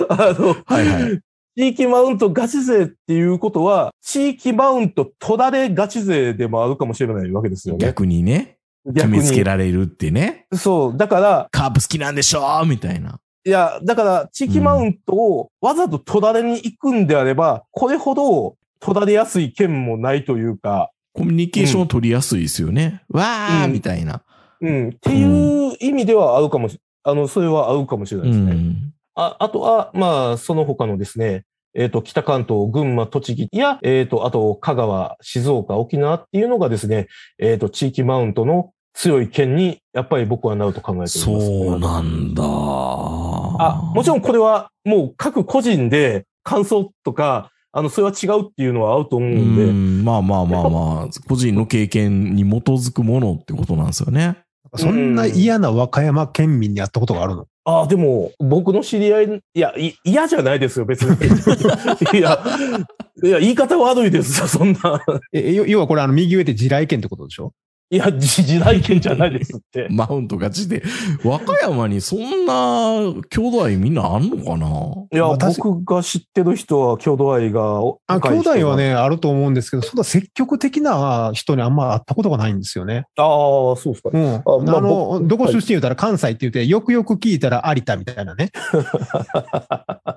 Speaker 3: あの、
Speaker 2: はいはい。
Speaker 3: 地域マウントガチ勢っていうことは、地域マウント取られガチ勢でもあるかもしれないわけですよね。
Speaker 2: 逆にね、決めつけられるってね。
Speaker 3: そう。だから、
Speaker 2: カープ好きなんでしょみたいな。
Speaker 3: いや、だから、地域マウントをわざと取られに行くんであれば、これほど取られやすい県もないというか、
Speaker 2: コミュニケーションを取りやすいですよね。わー
Speaker 3: うん
Speaker 2: みたいな。
Speaker 3: うん。っていう意味では合うかもし、あの、それは合うかもしれ
Speaker 2: う
Speaker 3: ないですね。
Speaker 2: ん。
Speaker 3: ああとは、まあ、その他のですね、えっ、と、北関東、群馬、栃木や、えっ、と、あと、香川、静岡、沖縄っていうのがですね、えっ、と、地域マウントの強い県に、やっぱり僕はなると考えております。
Speaker 2: そうなんだ。
Speaker 3: あ、もちろんこれは、もう各個人で感想とか、あの、それは違うっていうのは合うと思う
Speaker 2: うん
Speaker 3: で、
Speaker 2: ん、まあまあまあまあ、個人の経験に基づくものってことなんですよね。
Speaker 4: そんな嫌な和歌山県民に会ったことがあるの
Speaker 3: ああ、でも、僕の知り合い、いや、い嫌じゃないですよ、 別に。いや、いや、言い方悪いですよ、そんな。
Speaker 4: え、要要はこれ、あの、右上で地雷県ってことでしょ
Speaker 3: いや、じ時代圏じゃないです って。
Speaker 2: マウントがちで、和歌山にそんな兄弟みんなあんのかない
Speaker 3: や、
Speaker 4: 私
Speaker 3: 僕が知ってる人は、郷土愛がお。
Speaker 4: あ、
Speaker 3: 高
Speaker 4: 兄
Speaker 3: い人が
Speaker 4: 弟は。ね、あると思うんですけど、そんな積極的な人にあんま会ったことがないんですよね。
Speaker 3: ああ、そうですか。
Speaker 4: うん。あ
Speaker 3: まあ
Speaker 4: の、
Speaker 3: 僕
Speaker 4: どこ出身言うたら関西って言って、よくよく聞いたら有田みたい なね、
Speaker 3: あ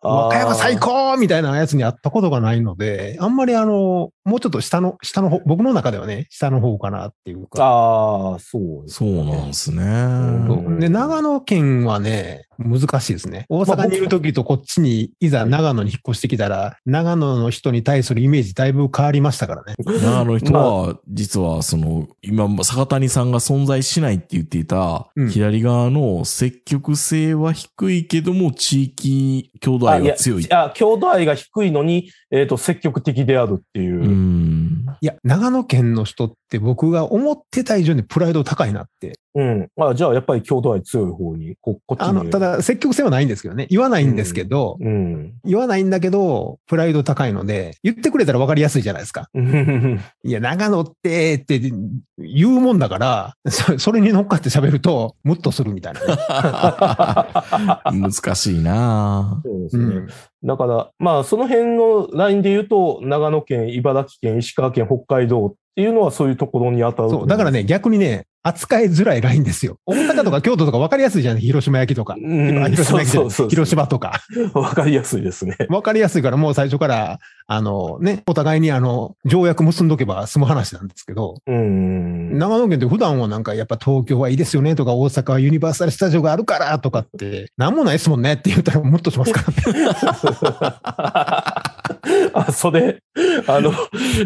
Speaker 3: あ
Speaker 4: 和歌山最高みたいなやつに会ったことがないので、あんまりあの、もうちょっと下の、下の方、僕の中ではね、下の方かなっていうか。
Speaker 3: ああ、そうです。
Speaker 2: そうなんですね。
Speaker 3: ん
Speaker 4: で、長野県はね、難しいですね。大阪にいる時とこっちに、いざ長野に引っ越してきたら、長野の人に対するイメージだいぶ変わりましたからね。
Speaker 2: 長野の人は、実はその、今、坂谷さんが存在しないって言っていた
Speaker 4: う、ん
Speaker 2: 左側の積極性は低いけども、地域兄弟
Speaker 3: あい
Speaker 2: は
Speaker 3: や
Speaker 2: 強い
Speaker 3: い。や、郷土愛が低いのに、えっ、と、積極的であるっていうう。
Speaker 2: ん。
Speaker 4: いや、長野県の人って僕が思ってた以上にプライド高いなって。
Speaker 3: うん。あじゃあ、やっぱり郷土愛強い方に、ここっちに。
Speaker 4: あの、た、だ積極性はないんですけどね。言わないんですけど、
Speaker 3: うん。
Speaker 4: 言わないんだけど、プライド高いので、言ってくれたら分かりやすいじゃないですか。 いや、長野って、って言うもんだから、そ それに乗っかって喋ると、ムッとするみたいなね、
Speaker 2: 難しい な
Speaker 3: そうです
Speaker 4: う
Speaker 3: ね。
Speaker 4: ん。
Speaker 3: だから、まあ、その辺のラインで言うと、長野県、茨城県、石川県、北海道っていうのはそういうところに当たる。
Speaker 4: そう。だから
Speaker 3: ね、
Speaker 4: ね、逆にね、扱いづらいラインですよ。大阪とか京都とか分かりやすいじゃない広島焼きとか。
Speaker 3: うん、
Speaker 4: 広島
Speaker 3: そう
Speaker 4: 焼きじ
Speaker 3: そ
Speaker 4: ゃ
Speaker 3: う
Speaker 4: ない
Speaker 3: そう。
Speaker 4: 広島とか。
Speaker 3: わかりやすいですね。
Speaker 4: 分かりやすいから、もう最初から、あのね、お互いにあの、条約結んどけば済む話なんですけど、
Speaker 3: うん。
Speaker 4: 長野県って普段はなんかやっぱ東京はいいですよねとか、大阪はユニバーサルスタジオがあるからとかって、なんもないですもんねって言ったらムッとしま すからね。
Speaker 3: あ、それ、あの、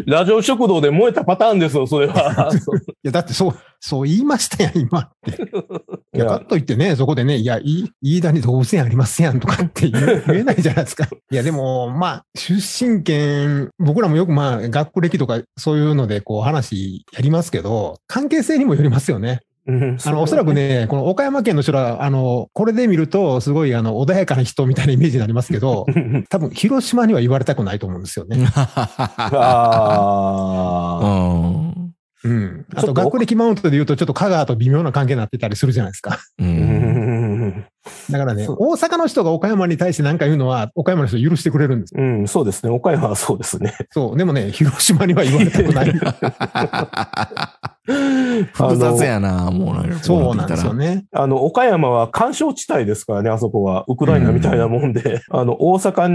Speaker 3: ラジオ食堂で燃えたパターンですよ、それは。そう
Speaker 4: いや、だってそう、そう言いましたやん、今って。い
Speaker 3: いや
Speaker 4: や、かといってね、そこでね、いや、い飯田に動物園ありますやんとかって言え言えないじゃないですか。いや、でも、まあ、出身県、僕らもよくまあ、学歴とかそういうので、こう、話やりますけど、関係性にもよりますよね。
Speaker 3: うん
Speaker 4: あの、おそらくね、この岡山県の人ら、あの、これで見ると、すごい、あの、穏やかな人みたいなイメージになります けど、多分、広島には言われたくないと思うんですよね。
Speaker 2: あ。
Speaker 3: ああ。
Speaker 2: うん。
Speaker 4: うん。あ
Speaker 3: ちょ
Speaker 4: と、
Speaker 3: っと
Speaker 4: 学歴マウントで言うと、ちょっと香川と微妙な関係になってたりするじゃないですか。
Speaker 2: う。
Speaker 3: うん ん
Speaker 4: だからね、
Speaker 3: そう
Speaker 4: 大阪の人が岡山に対して何か言うのは、岡山の人許してくれるんですよ。
Speaker 3: うん、そうですね。岡山はそうですね。
Speaker 4: そう。でもね、広島には言われたくない。
Speaker 2: 複雑やなもうなんかこ
Speaker 4: そう
Speaker 2: な
Speaker 4: な
Speaker 2: っ
Speaker 4: ん
Speaker 2: てき
Speaker 4: です
Speaker 2: た
Speaker 4: よ
Speaker 2: ら。
Speaker 4: ね。
Speaker 3: あの、岡山は干渉地帯ですからね、あそこは。ウクライナみたいなもんで、あの、大阪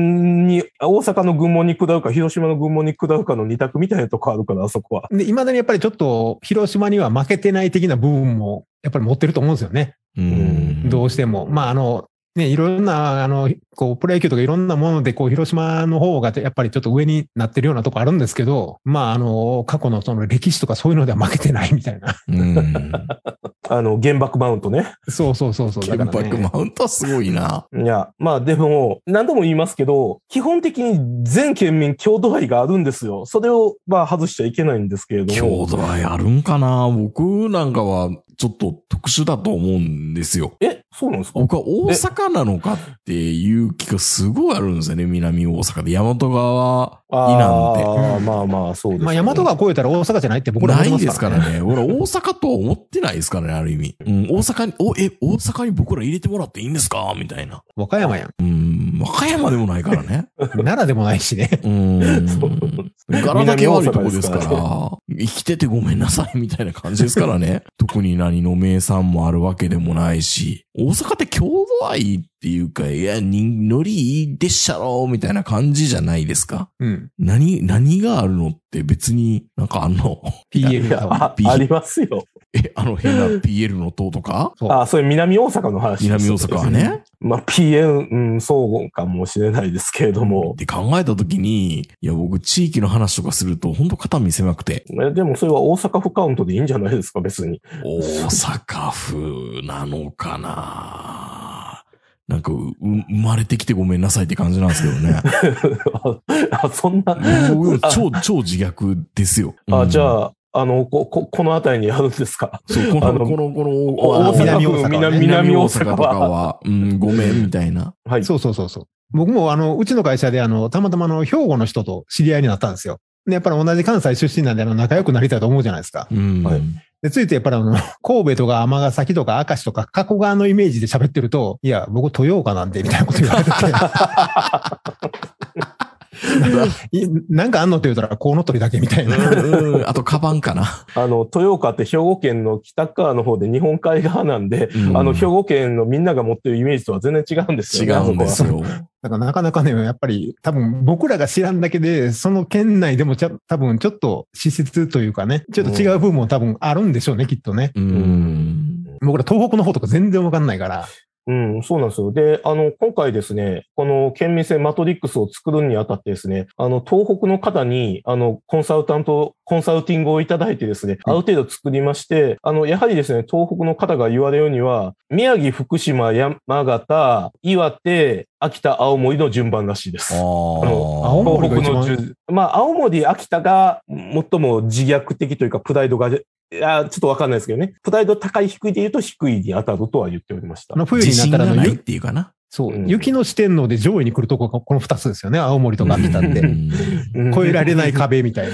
Speaker 3: に、大阪の軍門に下るか、広島の軍門に下るかの二択みたいなとこあるから、あそこは。
Speaker 4: で、いまだにやっぱりちょっと、広島には負けてない的な部分も、やっぱり持ってると思うんですよね。
Speaker 2: うん。
Speaker 4: どうしても。まあ、あの、ね、いろんな、あの、こう、プロ野球とかいろんなもので、こう、広島の方が、やっぱりちょっと上になってるようなとこあるんですけど、まあ、あの、過去のその歴史とかそういうのでは負けてないみたいな。
Speaker 2: うん。
Speaker 3: あの、原爆マウントね。
Speaker 4: そうそうそうそう。だ
Speaker 2: 原
Speaker 4: からね
Speaker 2: 爆マウントはすごい な。
Speaker 3: いや、まあでも、何度も言いますけど、基本的に全県民共同愛があるんですよ。それを、まあ外しちゃいけないんですけれども。
Speaker 2: 郷土愛あるんかな僕なんかはちょっと特殊だと思うんですよ。
Speaker 3: え、そうなんですか
Speaker 2: 僕は大阪なのかっていう気がすごいあるんですよね。南大阪で。大和川になんて。
Speaker 3: ああ、
Speaker 4: うん
Speaker 3: まあまあ、そうですね、
Speaker 4: まあ、大和川越えたら大阪じゃないって僕ら
Speaker 2: な
Speaker 4: 思って
Speaker 2: いで
Speaker 4: ま
Speaker 2: すす
Speaker 4: か
Speaker 2: から
Speaker 4: ね。
Speaker 2: らね。俺、大阪とは思ってないですからね、ある意味。うん、大阪に、お、え、大阪に僕ら入れてもらっていいんですかみたいな。
Speaker 4: 和歌山やん。
Speaker 2: うん、和歌山でもないからね。
Speaker 4: 奈良でもないしね。
Speaker 2: うん
Speaker 3: そう。
Speaker 2: 柄だけ悪いとこですか
Speaker 3: 南大阪ですから
Speaker 2: ら、生きててごめんなさいみたいな感じですから ね。特に何の名産もあるわけでもないし、大阪って郷土愛っていうか、いや、に、ノリいいでっしゃろみたいな感じじゃないですか。
Speaker 4: うん。
Speaker 2: 何、何があるのって別になんかあんの。
Speaker 3: い
Speaker 4: PL
Speaker 3: や
Speaker 4: だわ。
Speaker 3: あありますよ。
Speaker 2: え、あの変 な PL の塔とか
Speaker 4: そう
Speaker 3: あ、それ南大阪の話です
Speaker 2: 南大阪は。ね。
Speaker 3: まあ、PN、うん、そうかもしれないですけれども
Speaker 2: っ。て考えたときに、いや、僕、地域の話とかすると、ほんと肩身狭くて、
Speaker 3: えでもそれは大阪府カウントでいいんじゃないですか、別に。
Speaker 2: 大阪府なのかななんかう、う生まれてきてごめんなさいって感じなんですけどね。
Speaker 3: あ、そんな。
Speaker 2: 僕超、超自虐ですよ。う
Speaker 3: あ、
Speaker 2: ん
Speaker 3: じゃあ、あの、こ、こ、この辺りにあるんですか。
Speaker 2: そう、この、
Speaker 3: あの
Speaker 2: この、こ
Speaker 3: お
Speaker 2: の、あの
Speaker 3: 大
Speaker 4: 南
Speaker 3: 阪
Speaker 4: 大阪
Speaker 3: 府、
Speaker 4: はね
Speaker 2: 南
Speaker 3: 南南
Speaker 2: 大
Speaker 3: 大
Speaker 2: 阪
Speaker 3: 阪
Speaker 2: とか
Speaker 3: は。
Speaker 2: は、うん、ごめん、みたいな。
Speaker 3: はい。
Speaker 4: そうそうそうそう。僕もあの、うちの会社であの、たまたまあの、兵庫の人と知り合いになったんですよ。で、やっぱり同じ関西出身なんで、あの、仲良くなりたいと思うじゃないですか。
Speaker 2: うん。
Speaker 3: はい
Speaker 4: で、ついてやっぱりあの、 神戸とか尼崎とか明石とか加古川のイメージで喋ってると、いや、僕豊岡なんで、みたいなこと言わ れて。いなんかあんのって言うたら、コウノトリだけみたいな。
Speaker 2: うんうんあと、カバンかな。
Speaker 3: あの、豊岡って兵庫県の北側の方で日本海側なんで、
Speaker 2: うん
Speaker 3: あの、兵庫県のみんなが持ってるイメージとは全然違うんですよ
Speaker 2: 違
Speaker 3: ね。
Speaker 2: うんですよ。
Speaker 4: だからなかなかね、やっぱり多分僕らが知らんだけで、その県内でもちゃ多分ちょっと施設というかね、ちょっと違う部分も多分あるんでしょうね、きっとね。
Speaker 2: うん。
Speaker 4: 僕ら東北の方とか全然わかんないから。
Speaker 3: うん、そうなんですよ。で、あの、今回ですね、この県民性マトリックスを作るにあたってですね、あの、東北の方に、あの、コンサルタント、コンサルティングをいただいてですね、ある程度作りまして、あの、やはりですね、東北の方が言われるには、宮城、福島、山形、岩手、秋田、青森の順番らしいで
Speaker 2: あ
Speaker 3: す。
Speaker 2: ー
Speaker 4: 青森が
Speaker 3: 東
Speaker 4: 一
Speaker 3: 北の
Speaker 4: 番
Speaker 3: 順まあ、青森、秋田が最も自虐的というか、プライドが、いや、ちょっとわかんないですけどね、プライド高い低いで言うと低いに当たるとは言っておりました
Speaker 4: あ。の冬
Speaker 2: 自
Speaker 4: になっ
Speaker 2: 信が
Speaker 4: たらあの
Speaker 2: ないっ
Speaker 4: ゆ
Speaker 2: ていうかな。
Speaker 4: そう、
Speaker 3: うん
Speaker 4: 雪の四天王で上位に来るとこがこの2つですよね、青森とか秋田っ
Speaker 2: う
Speaker 4: て。
Speaker 2: ん
Speaker 3: うん
Speaker 4: 越えられない壁みたい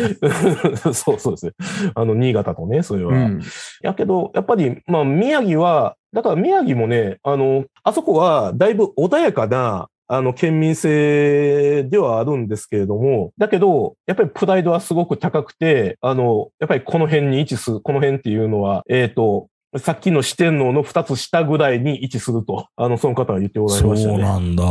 Speaker 4: な。
Speaker 3: そうそうですね。あの、新潟とね、それは。
Speaker 4: うん。
Speaker 3: やけど、やっぱり、まあ、宮城は、だから宮城もね、あの、あそこは、だいぶ穏やかな、あの、県民性ではあるんですけれども、だけど、やっぱりプライドはすごく高くて、あの、やっぱりこの辺に位置する、この辺っていうのは、えっ、と、さっきの四天王の二つ下ぐらいに位置すると、あの、その方は言っておられ
Speaker 2: そ
Speaker 3: ました
Speaker 2: う
Speaker 3: ね。
Speaker 2: なんだ。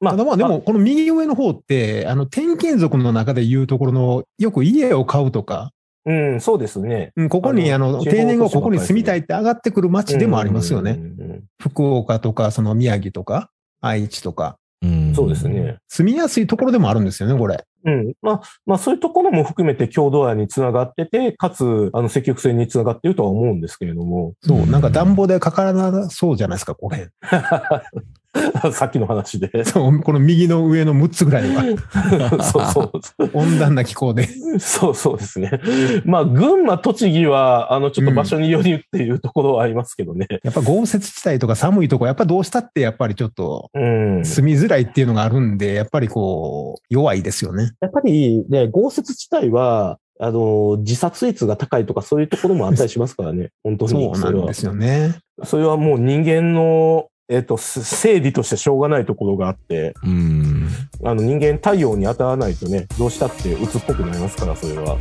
Speaker 3: ま
Speaker 4: ただまあでも、この右上の方って、あの、転勤族の中で言うところの、よく家を買うとか、
Speaker 3: うん、そうですね。
Speaker 4: うんここに、あ
Speaker 3: あの
Speaker 4: の、
Speaker 3: 地方
Speaker 4: 定年後
Speaker 3: 都市ば
Speaker 4: こ
Speaker 3: っか
Speaker 4: こ
Speaker 3: り
Speaker 4: に
Speaker 3: ですね
Speaker 4: 住みたいって上がってくる街でもありますよね。
Speaker 3: うんうんうん
Speaker 4: 福岡とか、その宮城とか、愛知とか、
Speaker 2: うん
Speaker 3: そうですね。。
Speaker 4: 住みやすいところでもあるんですよね、これ。
Speaker 3: うん。まあ、まあ、そういうところも含めて共同案につながってて、かつ、あの、積極性につながっているとは思うんですけれども、
Speaker 4: そうう、
Speaker 2: ん
Speaker 4: なんか暖房でかからなそうじゃないですか、これ。
Speaker 3: さっきの話 で。
Speaker 4: そう、この右の上の6つぐらいは、
Speaker 3: そうそう。
Speaker 4: 温暖な気候で。
Speaker 3: そうそうですね。まあ、群馬、栃木は、あの、ちょっと場所によりっていうところはありますけどね。
Speaker 4: やっぱ豪雪地帯とか寒いとこ、やっぱどうしたって、やっぱりちょっと、
Speaker 3: うん。
Speaker 4: 住みづらいっていうのがあるんで、やっぱりこう、弱いですよね。
Speaker 3: やっぱりね、豪雪地帯は、あの、自殺率が高いとかそういうところもあったりしますから ね。本当に。
Speaker 4: そうなんですよね。
Speaker 3: それはもう人間の、えっ、と、す生理としてしょうがないところがあって、
Speaker 2: うん。
Speaker 3: あの人間太陽に当たらないとね、どうしたって鬱っぽくなりますから、それは。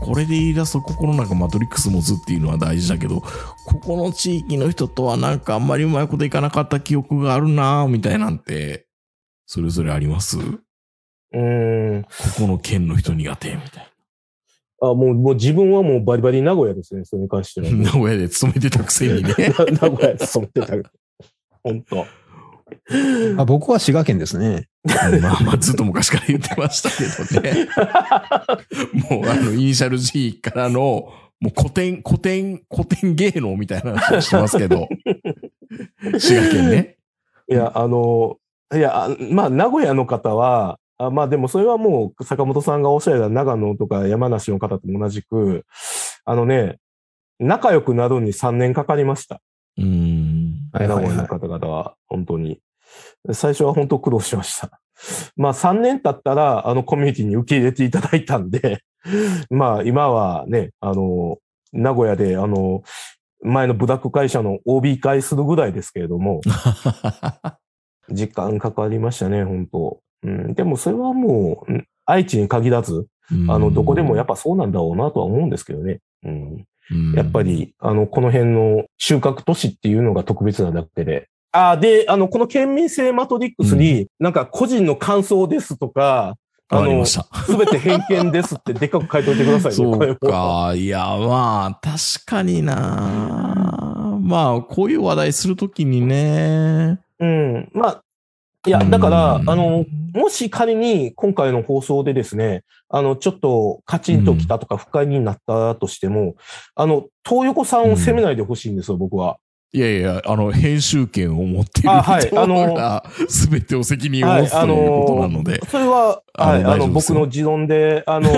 Speaker 2: これで言い出すと、ここの中マトリックス持つっていうのは大事だけど、ここの地域の人とはなんかあんまりうまいこといかなかった記憶があるなぁ、みたいなんて、それぞれありますこ
Speaker 3: うーん。
Speaker 2: この県の人苦手、みたい
Speaker 3: あ、もう、もう自分はもうバリバリ名古屋ですね、それに関しては。
Speaker 2: な。名古屋で勤めてたくせにね。
Speaker 3: 名古屋で染めてた。本当。
Speaker 4: あ僕は滋賀県ですね。
Speaker 2: まあまあずっと昔から言ってましたけどね。もうあの、イニシャル G からの、もう古典、古典、古典芸能みたいな話をしてますけど。滋賀県ね。
Speaker 3: いや、あの、いや、あまあ、名古屋の方は、あまあでもそれはもう坂本さんがおっしゃられた長野とか山梨の方と同じく、あのね、仲良くなるのに3年かかりました。
Speaker 2: うん。
Speaker 4: はい
Speaker 3: 名
Speaker 4: は
Speaker 3: 古
Speaker 4: い
Speaker 3: 屋
Speaker 4: は
Speaker 3: の
Speaker 4: い。
Speaker 3: 方々は、本当に。最初は本当苦労しました。 まあ3年経った ら、あのコミュニティに受け入れていただいたんで、まあ今はね、あの、名古屋で、あの、前の部落会社の OB 会するぐらいですけれど も、時間かかりましたね、本当うん、でもそれはもう、うん愛知に限らず、あの、どこでもやっぱそうなんだろうなとは思うんですけどね。うん、
Speaker 2: うん
Speaker 3: やっぱり、あの、この辺の収穫都市っていうのが特別なだけで。ああ、で、あの、この県民性マトリックスに、なんか個人の感想ですとか、あ
Speaker 2: わかり
Speaker 3: の
Speaker 2: ま、した。
Speaker 3: すべて偏見です ってでっかく書いておいてくださいね。
Speaker 2: そ
Speaker 3: これ
Speaker 2: う
Speaker 3: も。
Speaker 2: か。いや、まあ、確かにな。まあ、こういう話題するときにね。
Speaker 3: うん。まあ、いや、だから、あ
Speaker 2: うん
Speaker 3: の、もし仮に今回の放送でですね、あの、ちょっとカチンときたとか不快になったとしても、あの、東横さんを責めないでほしいんですよ、僕は。
Speaker 2: いやいや、あの、編集権を持っている
Speaker 3: あはい
Speaker 2: 人が、すべてを責任を持つと
Speaker 3: はいあのー
Speaker 2: いうことなので。
Speaker 3: それは、
Speaker 2: あの
Speaker 3: はい、あ
Speaker 2: 大丈
Speaker 3: の、
Speaker 2: 夫です
Speaker 3: 僕
Speaker 2: よ
Speaker 3: の持論で、あの、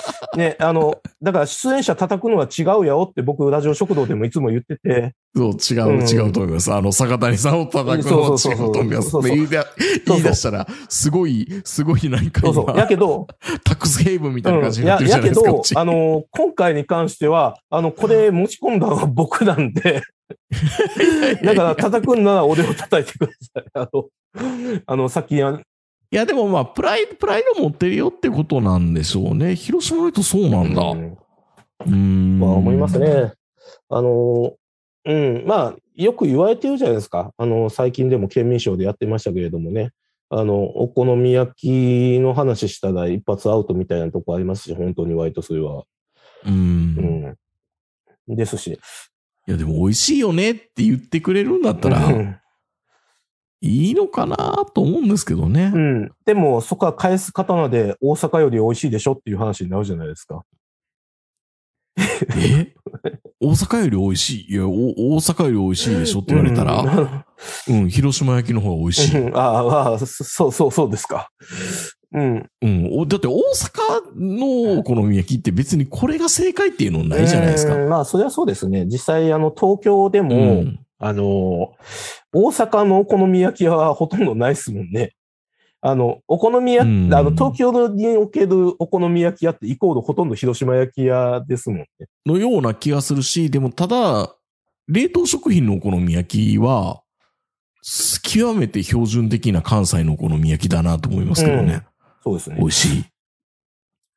Speaker 3: ね、あの、だから出演者叩くのは違うやおって僕、ラジオ食堂でもいつも言ってて、
Speaker 2: そう、違う、
Speaker 3: うん
Speaker 2: 違うと思います。あの、坂谷さんを叩くの
Speaker 3: そ
Speaker 2: は
Speaker 3: うそう
Speaker 2: 違
Speaker 3: そううそう
Speaker 2: と思います。
Speaker 3: そうそう
Speaker 2: 言いだ言い出したら、すごい、すごいなんか
Speaker 3: そうそう。や
Speaker 2: 今、
Speaker 3: けど、
Speaker 2: タックスヘイブンみたいな感じ
Speaker 3: うん、
Speaker 2: になっ
Speaker 3: や
Speaker 2: てるじゃないで
Speaker 3: やけ
Speaker 2: すか、こ
Speaker 3: ど
Speaker 2: っち、
Speaker 3: あの、今回に関しては、あの、これ持ち込んだのは僕な んで、だから叩くんなら俺を叩いてください。あの、あの、さっきや、
Speaker 2: いや、でもまあ、プライド、プライド持ってるよってことなんでしょうね。広島の人そうなんだ。う
Speaker 3: う
Speaker 2: んーん。
Speaker 3: まあ思います。ね。あの、うん、まあ、よく言われてるじゃないですか。あの、最近でも県民賞でやってましたけれどもね。あの、お好み焼きの話したら一発アウトみたいなとこありますし、本当に割とそれは。
Speaker 2: う。
Speaker 3: うんん。ですし。
Speaker 2: いや、でも美味しいよねって言ってくれるんだった
Speaker 3: う
Speaker 2: ら、
Speaker 3: ん
Speaker 2: いいのかなと思うんですけどね
Speaker 3: う。ん。でも、そこは返す刀で大阪より美味しいでしょっていう話になるじゃないですか。
Speaker 2: え大阪より美味しい。いや、お大阪より美味しいでしょって言われたら、うん、広島焼きの方が美味し
Speaker 3: う
Speaker 2: い。
Speaker 3: ん、ああ、そそうそうそうですか。うん。
Speaker 2: うん。おだって大阪のお好み焼きって別にこれが正解っていうのないじゃないですか。
Speaker 3: うんまあ、そりゃそうですね。実際、あの、東京でも、
Speaker 2: うん。
Speaker 3: あの、大阪のお好み焼き屋はほとんどないですもんね。あの、お好み焼き、
Speaker 2: うん
Speaker 3: あの、東京におけるお好み焼き屋ってイコールほとんど広島焼き屋ですもんね。
Speaker 2: のような気がするし、でもただ、冷凍食品のお好み焼きは、極めて標準的な関西のお好み焼きだなと思いますけどね。
Speaker 3: そうですね
Speaker 2: 美。味しい。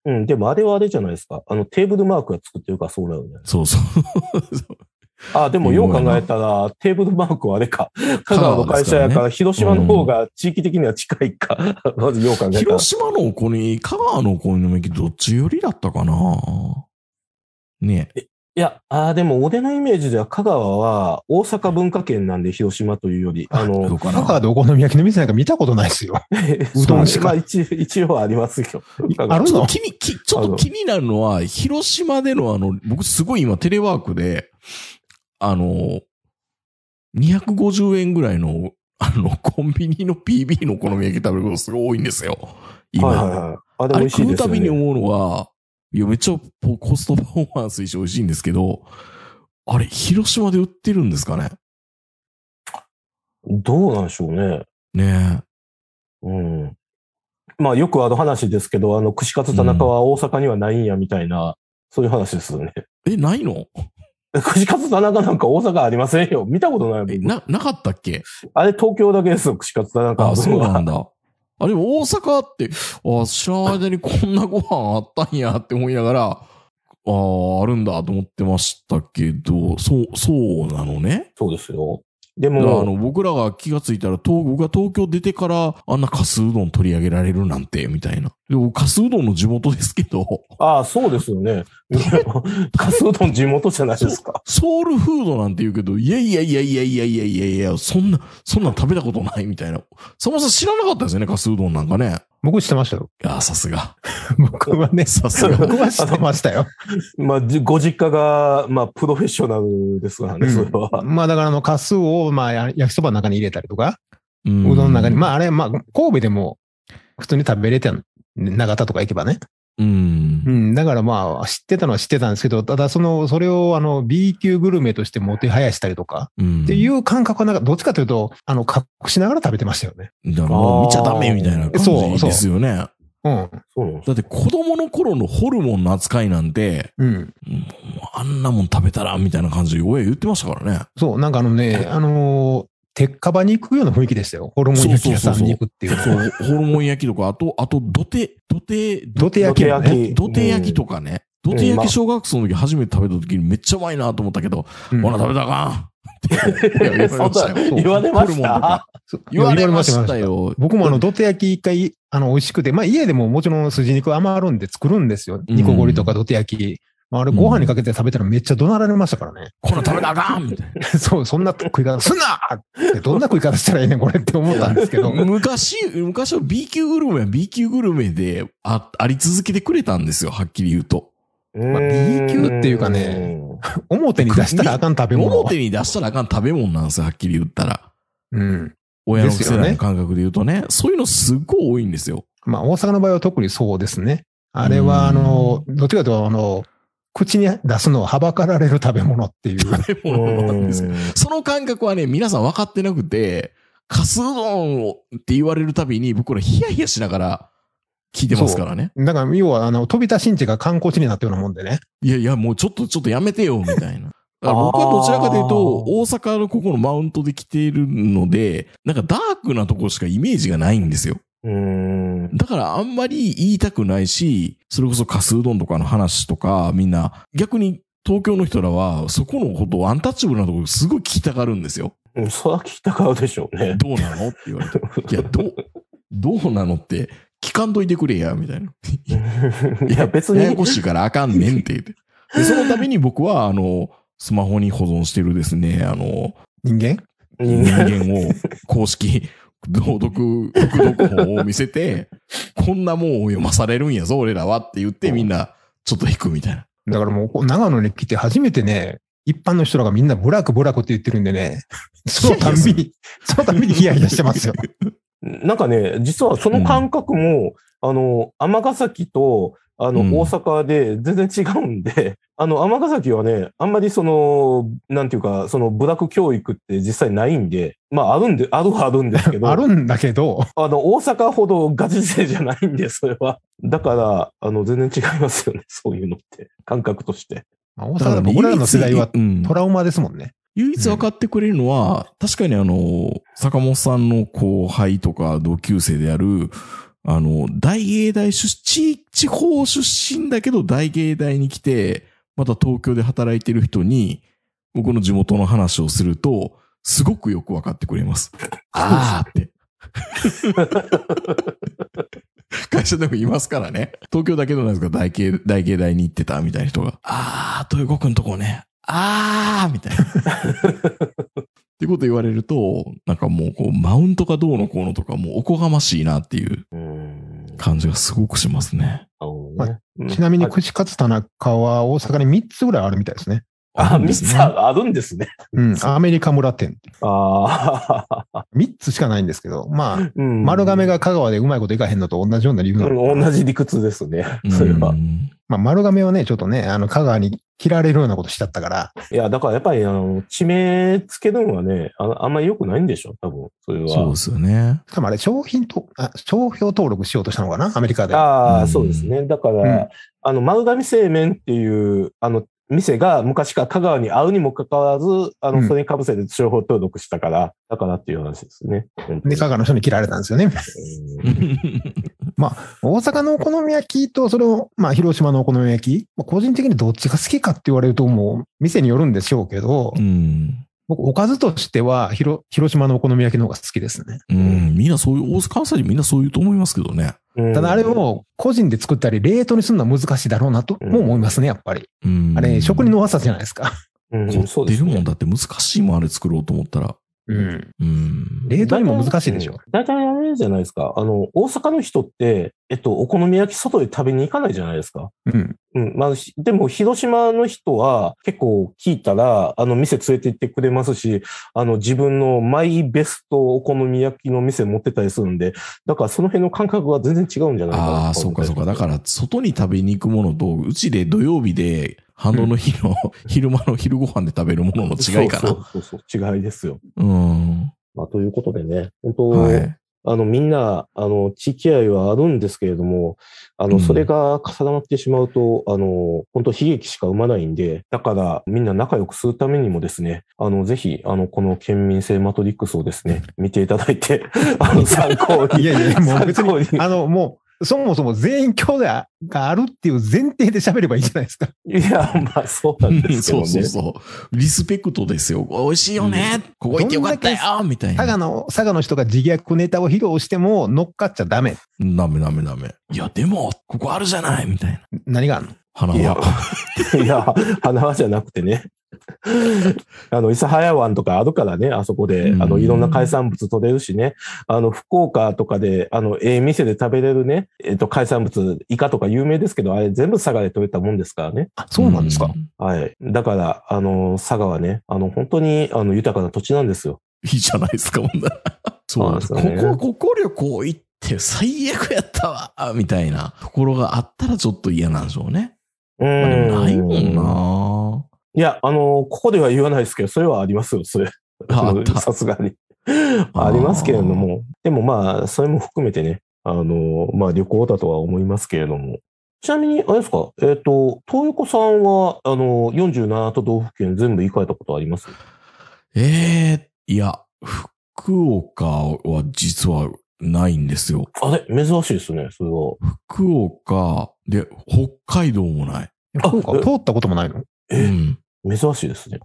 Speaker 3: うん、でもあれはあれじゃないですか。あの、テーブルマークが作ってるからそうなるね。
Speaker 2: そうそう。
Speaker 3: あ、でもよう考えたら、テーブルマークはあれ か。香川の会社
Speaker 2: 香川
Speaker 3: や
Speaker 2: ですか
Speaker 3: から、広島の方が地域的には近いか。 まずよう考えたら
Speaker 2: 広。島のお好み、香川のお好み焼きどっち寄りだったかなねえ
Speaker 3: いや、あーでも俺のイメージでは香川は大阪文化圏なんで、広島というより。あの、
Speaker 2: どうか
Speaker 4: 香川
Speaker 2: な
Speaker 4: でお好み焼きの店なんか見たことないですよ。 うどんしか
Speaker 3: まあ一一応ありますよ。
Speaker 4: ある
Speaker 2: ちょっと
Speaker 4: の
Speaker 2: 気に、きちょっと気になるのは、広島でのあの、僕すごい今テレワークで、あの、250円ぐらいの、あの、コンビニの PB のお好み焼き食べることすごい多いんですよ。今。
Speaker 3: はいはいはい。あ、で
Speaker 2: あ
Speaker 3: も美
Speaker 2: れ
Speaker 3: 味し
Speaker 2: 食
Speaker 3: いうです
Speaker 2: た
Speaker 3: よ、
Speaker 2: びに
Speaker 3: ね。
Speaker 2: 思うのは、いや、めっちゃこうコストパフォーマンスいいし美味しいんですけど、あれ、広島で売ってるんですかね
Speaker 3: どうなんでしょうね。
Speaker 2: ね
Speaker 3: うん。まあよくあの話ですけど、あの、串カツ田中は大阪にはないんやみたいな、そういう話ですよね。
Speaker 2: え。え、ないの
Speaker 3: 串カツ田中なんか大阪ありませんよ。見たことない
Speaker 2: え、
Speaker 3: もん。
Speaker 2: な、なかったっけ
Speaker 3: あれ東京だけですよ、串カツ田中
Speaker 2: あ、そうなん
Speaker 3: だ。
Speaker 2: だ。 あ、でも大阪って、あ、知らない間にこんなご飯あったんやって思いながら、ああ、あるんだと思ってましたけど、そう、そうなのね。
Speaker 3: そうですよ。で
Speaker 2: だからあ
Speaker 3: も、
Speaker 2: の、僕らが気がついたら、東僕が東京出てから、あんなカスうどん取り上げられるなんて、みたいな。でも、カスうどんの地元ですけど、
Speaker 3: ああ、そうですよね。 いやカスうどん地元じゃないですか。
Speaker 2: ソウルフードなんて言うけど、いやいやいやいやいやいやいやいや、そんな、そんなん食べたことないみたいな。そもそも知らなかったですよね、カスうどんなんかね。
Speaker 4: 僕知ってました よ。
Speaker 2: いや、さすが。
Speaker 4: 僕はね、
Speaker 2: さすが。
Speaker 4: 僕は知ってましたよ。
Speaker 3: まあ、じご実家が、まあ、プロフェッショナルですからね、それは。
Speaker 4: まあだからあの、カスを、まあや焼きそばの中に入れたりとか、
Speaker 2: う
Speaker 4: うんどんの中に、まああれ、まあ神戸でも普通に食べれてたん長田とか行けばね。
Speaker 2: うん
Speaker 4: う。ん、だからまあ知ってたのは知ってたんですけど、ただその、それをあの、B 級グルメとしてもてはやしたりとか、
Speaker 2: っ。
Speaker 4: っていうう感覚はなんか、どっちかというと、あの、隠しながら食べてましたよね。
Speaker 2: だからもう
Speaker 3: あー
Speaker 2: 見ちゃダメみたいな感じですよね。だ
Speaker 4: うん。
Speaker 3: そうなんです
Speaker 2: って子供の頃のホルモンの扱いなんて、
Speaker 4: うん。
Speaker 2: もうあんなもん食べたら、みたいな感じで、親言ってましたからね。
Speaker 4: そう、なんかあのね、あのー鉄火場に行くような雰囲気でしたよ。ホルモン焼き屋さんに行くっていうのは。
Speaker 2: そう、ホルモン焼きとか、あと、あと、土手、土手、
Speaker 4: 土手焼きもね。
Speaker 2: 土手焼きとかね。土手焼き小学生の時初めて食べた時にめっちゃうまいなと思ったけど、
Speaker 4: うん
Speaker 2: ほら食べたらあかんって言われましたよ。
Speaker 4: そう
Speaker 3: 言われ
Speaker 2: ホルモン
Speaker 3: まし
Speaker 2: と
Speaker 3: た
Speaker 2: か
Speaker 4: そう
Speaker 2: 言われました。よ。
Speaker 4: 僕もあの、土手焼き一回、あの、美味しくて、まあ家でももちろん筋肉余るんで作るんですよ。
Speaker 2: うん
Speaker 4: 煮こごりとか土手焼き。まああれご飯にかけて食べたらめっちゃ怒鳴られましたからね。
Speaker 2: こんなん食べたらあかんみたいな。
Speaker 4: そう、そんな食い方すんなってどんな食い方したらいいねんこれって思ったんですけど。
Speaker 2: 昔、昔は B 級グルメは B 級グルメでああり続けてくれたんですよ、はっきり言うと。
Speaker 3: ま
Speaker 4: あ B 級っていうかね。表に出したらあかん食べ物。
Speaker 2: 表に出したらあかん食べ物なんですよ、はっきり言ったら。
Speaker 4: うん。
Speaker 2: 親の
Speaker 4: です
Speaker 2: 世
Speaker 4: よね
Speaker 2: 代の感覚で言うとね、そういうのすっごい多いんですよ。
Speaker 4: まあ大阪の場合は特にそうですね。あれは、あの、どっちかというと、あの、口に出すのははばかられる食べ物ってい う。
Speaker 2: 食べ
Speaker 3: う
Speaker 2: 物なんですよ
Speaker 3: ん
Speaker 2: その感覚はね、皆さん分かってなくて、カスうどんをって言われるたびに、僕らヒヤヒヤしながら聞いてますからね。
Speaker 4: だから、要は、あの、飛び出しんちが観光地になったようなもんでね。
Speaker 2: いやいや、もうちょっと、ちょっとやめてよ、みたいな。だから僕はどちらかというと、大阪のここのマウントで来ているので、なんかダークなところしかイメージがないんですよ。
Speaker 3: うん。
Speaker 2: だからあんまり言いたくないし、それこそカスうどんとかの話とか、みんな、逆に東京の人らは、そこのことをアンタッチャブルなところすごい聞きたがるんですよ。
Speaker 3: うんそれは聞いた顔でしょう ね。
Speaker 2: どうなのって言われて。いや、どう、どうなのって、聞かんといてくれや、みたいな。
Speaker 3: いや、別
Speaker 2: やや
Speaker 3: に
Speaker 2: こ。しいからあかんねんって 言って。で、そのために僕は、あの、スマホに保存してるですね、あの、
Speaker 4: 人間
Speaker 3: 人
Speaker 2: 人
Speaker 3: 間
Speaker 2: 間を公式、 道読、読読本を見せて、こんなもんを読まされるんやぞ、俺らはって言って、みんな、ちょっと引くみたいな。
Speaker 4: だからもうこう、長野に来て初めてね、一般の人らがみんなブラックブラックって言ってるんでね、そのたんびに、そのたんびにヒヤヒヤしてますよ。
Speaker 3: なんかね、実はその感覚も、あの、尼崎と、あの、
Speaker 2: うん
Speaker 3: 大阪で全然違うんで、 あの、尼崎はね、あんまりその、なんていうか、その、部落教育って実際ないんで、まあ、あるんで、あるはあるんですけど、
Speaker 4: あるんだけど、
Speaker 3: あの、大阪ほどガチ勢じゃないんで、それは。だから、あの、全然違いますよね、 そういうのって、感覚として。
Speaker 4: まあ大阪の僕らの世代は
Speaker 2: うん
Speaker 4: トラウマですもんね。
Speaker 2: 唯一分かってくれるのは、確かにあの、坂本さんの後輩とか同級生である、あの、大芸大出身、地地方出身だけど大芸大に来て、また東京で働いてる人に、僕の地元の話をすると、すごくよく分かってくれます。ああって。 会社でもいますからね。東京だけどなんですか、大芸、大芸大に行ってたみたいな人が。ああ、豊子くんとこね。ああ、みたいな。ってこと言われると、なんかもうこう、マウントがどうのこうのとか、もうおこがましいなっていう
Speaker 3: うん。
Speaker 2: 感じがすごくしますね。
Speaker 3: あの
Speaker 4: ま
Speaker 3: ねうん
Speaker 4: ちなみに串カツ田中は大阪に3つぐらいあるみたいですね。
Speaker 3: あ、ミ
Speaker 2: です
Speaker 3: ス
Speaker 2: ね
Speaker 3: ターがあるんですね。
Speaker 4: うん、アメリカ村店。
Speaker 3: ああ、
Speaker 4: 3つしかないんですけど、ま あ、
Speaker 3: うん
Speaker 4: 丸亀が香川でうまいこといかへんのと同じような理由なの。
Speaker 3: うん同じ理屈ですね。それ
Speaker 2: う
Speaker 3: は。
Speaker 2: ん
Speaker 4: まあ、丸亀はね、ちょっとね、あの、香川に切られるようなことしちゃったから、
Speaker 3: いや、だからやっぱり、あの、地名つけるのはね、あのあんまり良くないんでしょ、多分、それは。
Speaker 2: そうですよ ね。
Speaker 4: 多分あれ、商品と、あ商標登録しようとしたのかなアメリカで。
Speaker 2: う
Speaker 3: ああ、
Speaker 2: ん
Speaker 3: そうですね。だから、
Speaker 4: うん
Speaker 3: あの、丸亀製麺っていう、あの、店が昔から香川に合うにもかかわらず、あの、
Speaker 4: うん
Speaker 3: それにかぶせて商法登録したから、だからっていう話ですね。本当に
Speaker 4: で、香川の人に切られたんですよね。
Speaker 3: うん
Speaker 4: 大阪のお好み焼きと、それを、まあ、広島のお好み焼き、まあ、個人的にどっちが好きかって言われると、もう、店によるんでしょうけど、
Speaker 2: うん。
Speaker 4: 僕、おかずとしては、ひろ広島のお好み焼きの方が好きですね。
Speaker 2: うん。みんなそういう、大阪関西人みんなそう言うと思いますけどね。
Speaker 3: うん
Speaker 4: ただ、あれ、も、個人で作ったり、冷凍にするのは難しいだろうなと、
Speaker 3: うん
Speaker 4: もう思いますね、やっぱり。
Speaker 2: うん。
Speaker 4: あれ、職人の技じゃないですか。
Speaker 3: うん
Speaker 2: 凝
Speaker 3: そう
Speaker 2: っ
Speaker 3: で
Speaker 2: て
Speaker 3: す
Speaker 2: る
Speaker 3: ね
Speaker 2: もんだって難しいもん、あれ作ろうと思ったら。
Speaker 4: うん。
Speaker 2: うん。
Speaker 4: 冷凍にも難しいでしょ。
Speaker 3: 大体あれじゃないですか。あの、大阪の人って、えっと、お好み焼き外で食べに行かないじゃないですか。
Speaker 4: うん。
Speaker 3: うん。まあ、しでも、広島の人は結構聞いたら、あの、店連れて行ってくれますし、あの、自分のマイベストお好み焼きの店持ってたりするんで、だからその辺の感覚は全然違うんじゃないかな。
Speaker 2: ああ、そうかそうか。だから、外に食べに行くものと、うちで土曜日で、反動の日の、 昼間の昼ご飯で食べるものの違いかな。
Speaker 3: そうそうそうそう、違いですよ。
Speaker 2: うん。
Speaker 3: まあ、ということでね、本当、
Speaker 2: はい。
Speaker 3: あの、みんな、あの、地域愛はあるんですけれども、あ
Speaker 2: う
Speaker 3: の、
Speaker 2: ん
Speaker 3: それが重なってしまうと、あの、本当悲劇しか生まないんで、だから、みんな仲良くするためにもですね、あの、ぜひ、あの、この県民性マトリックスをですね、見ていただいて、あの、参考に。
Speaker 4: いやいや、もう別
Speaker 3: 参考
Speaker 4: に、
Speaker 3: に
Speaker 4: あの、もう、そもそも全員兄弟があるっていう前提で喋ればいいじゃないですか。
Speaker 3: いや、まあ、そうなんですけ
Speaker 2: そ
Speaker 3: ど
Speaker 2: う
Speaker 3: ね。
Speaker 2: そうそう。リスペクトですよ。美味しいよね。ここ行ってよかったよ。みたい
Speaker 4: 佐
Speaker 2: な。
Speaker 4: 賀の、佐賀の人が自虐ネタを披露しても乗っかっちゃダメ。
Speaker 2: ダメダメダメ。いや、でも、ここあるじゃないみたいな。
Speaker 4: 何があんの
Speaker 2: 花
Speaker 3: いや
Speaker 2: は。、
Speaker 3: いや、花輪じゃなくてね。 あの、諫早湾とかあるからね、あそこで、あの、
Speaker 2: うん
Speaker 3: いろんな海産物取れるしね、あの、福岡とかで、あの、ええ店で食べれるね、えっと、海産物、イカとか有名ですけど、あれ全部佐賀で取れたもんですからね。
Speaker 4: あ、そうなんですか。
Speaker 3: はい。だから、あの、佐賀はね、あの、本当に、あの、豊かな土地なんですよ。
Speaker 2: いいじゃないですか、ほんならそう
Speaker 3: そうですよね
Speaker 2: ここ、ここ旅行行って最悪やったわ、みたいなところがあったらちょっと嫌なんでしょうね。
Speaker 3: う
Speaker 2: まあで
Speaker 3: ん。
Speaker 2: もないもんな。
Speaker 3: いや、あの、ここでは言わないですけど、それはありますよ、それ。
Speaker 2: ああった
Speaker 3: さすがに。ありますけれども、でもまあ、それも含めてね、あの、まあ旅行だとは思いますけれども。ちなみに、あれですか、えっ、と、東横さんは、あの、47都道府県全部行かれたことあります
Speaker 2: ええいや、福岡は実はないんですよ。
Speaker 3: あれ、珍しいですね、それは。
Speaker 2: 福岡で北海道もない。
Speaker 4: 福岡通ったこともないの
Speaker 3: え
Speaker 2: うん
Speaker 3: 珍しいですね。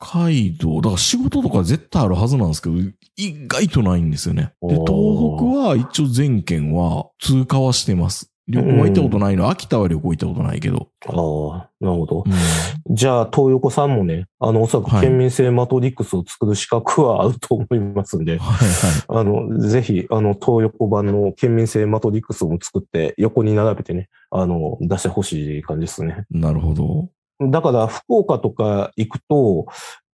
Speaker 2: 北海道、だから仕事とか絶対あるはずなんですけど、意外とないんですよね。で、東
Speaker 3: お
Speaker 2: 北
Speaker 3: ー
Speaker 2: は一応全県は通過はしてます。旅行は行ったことないの、秋田は旅行行ったことないけど。
Speaker 3: ああ、なるほど
Speaker 2: う。ん
Speaker 3: じゃあ、東横さんもね、あの、おそらく県民性マトリックスを作る資格はあると思いますん
Speaker 2: は
Speaker 3: で、
Speaker 2: いはい。
Speaker 3: あの、ぜひ、あの、東横版の県民性マトリックスを作って、横に並べてね、あの、出してほしい感じですね。
Speaker 2: なるほど。
Speaker 3: だから、福岡とか行くと、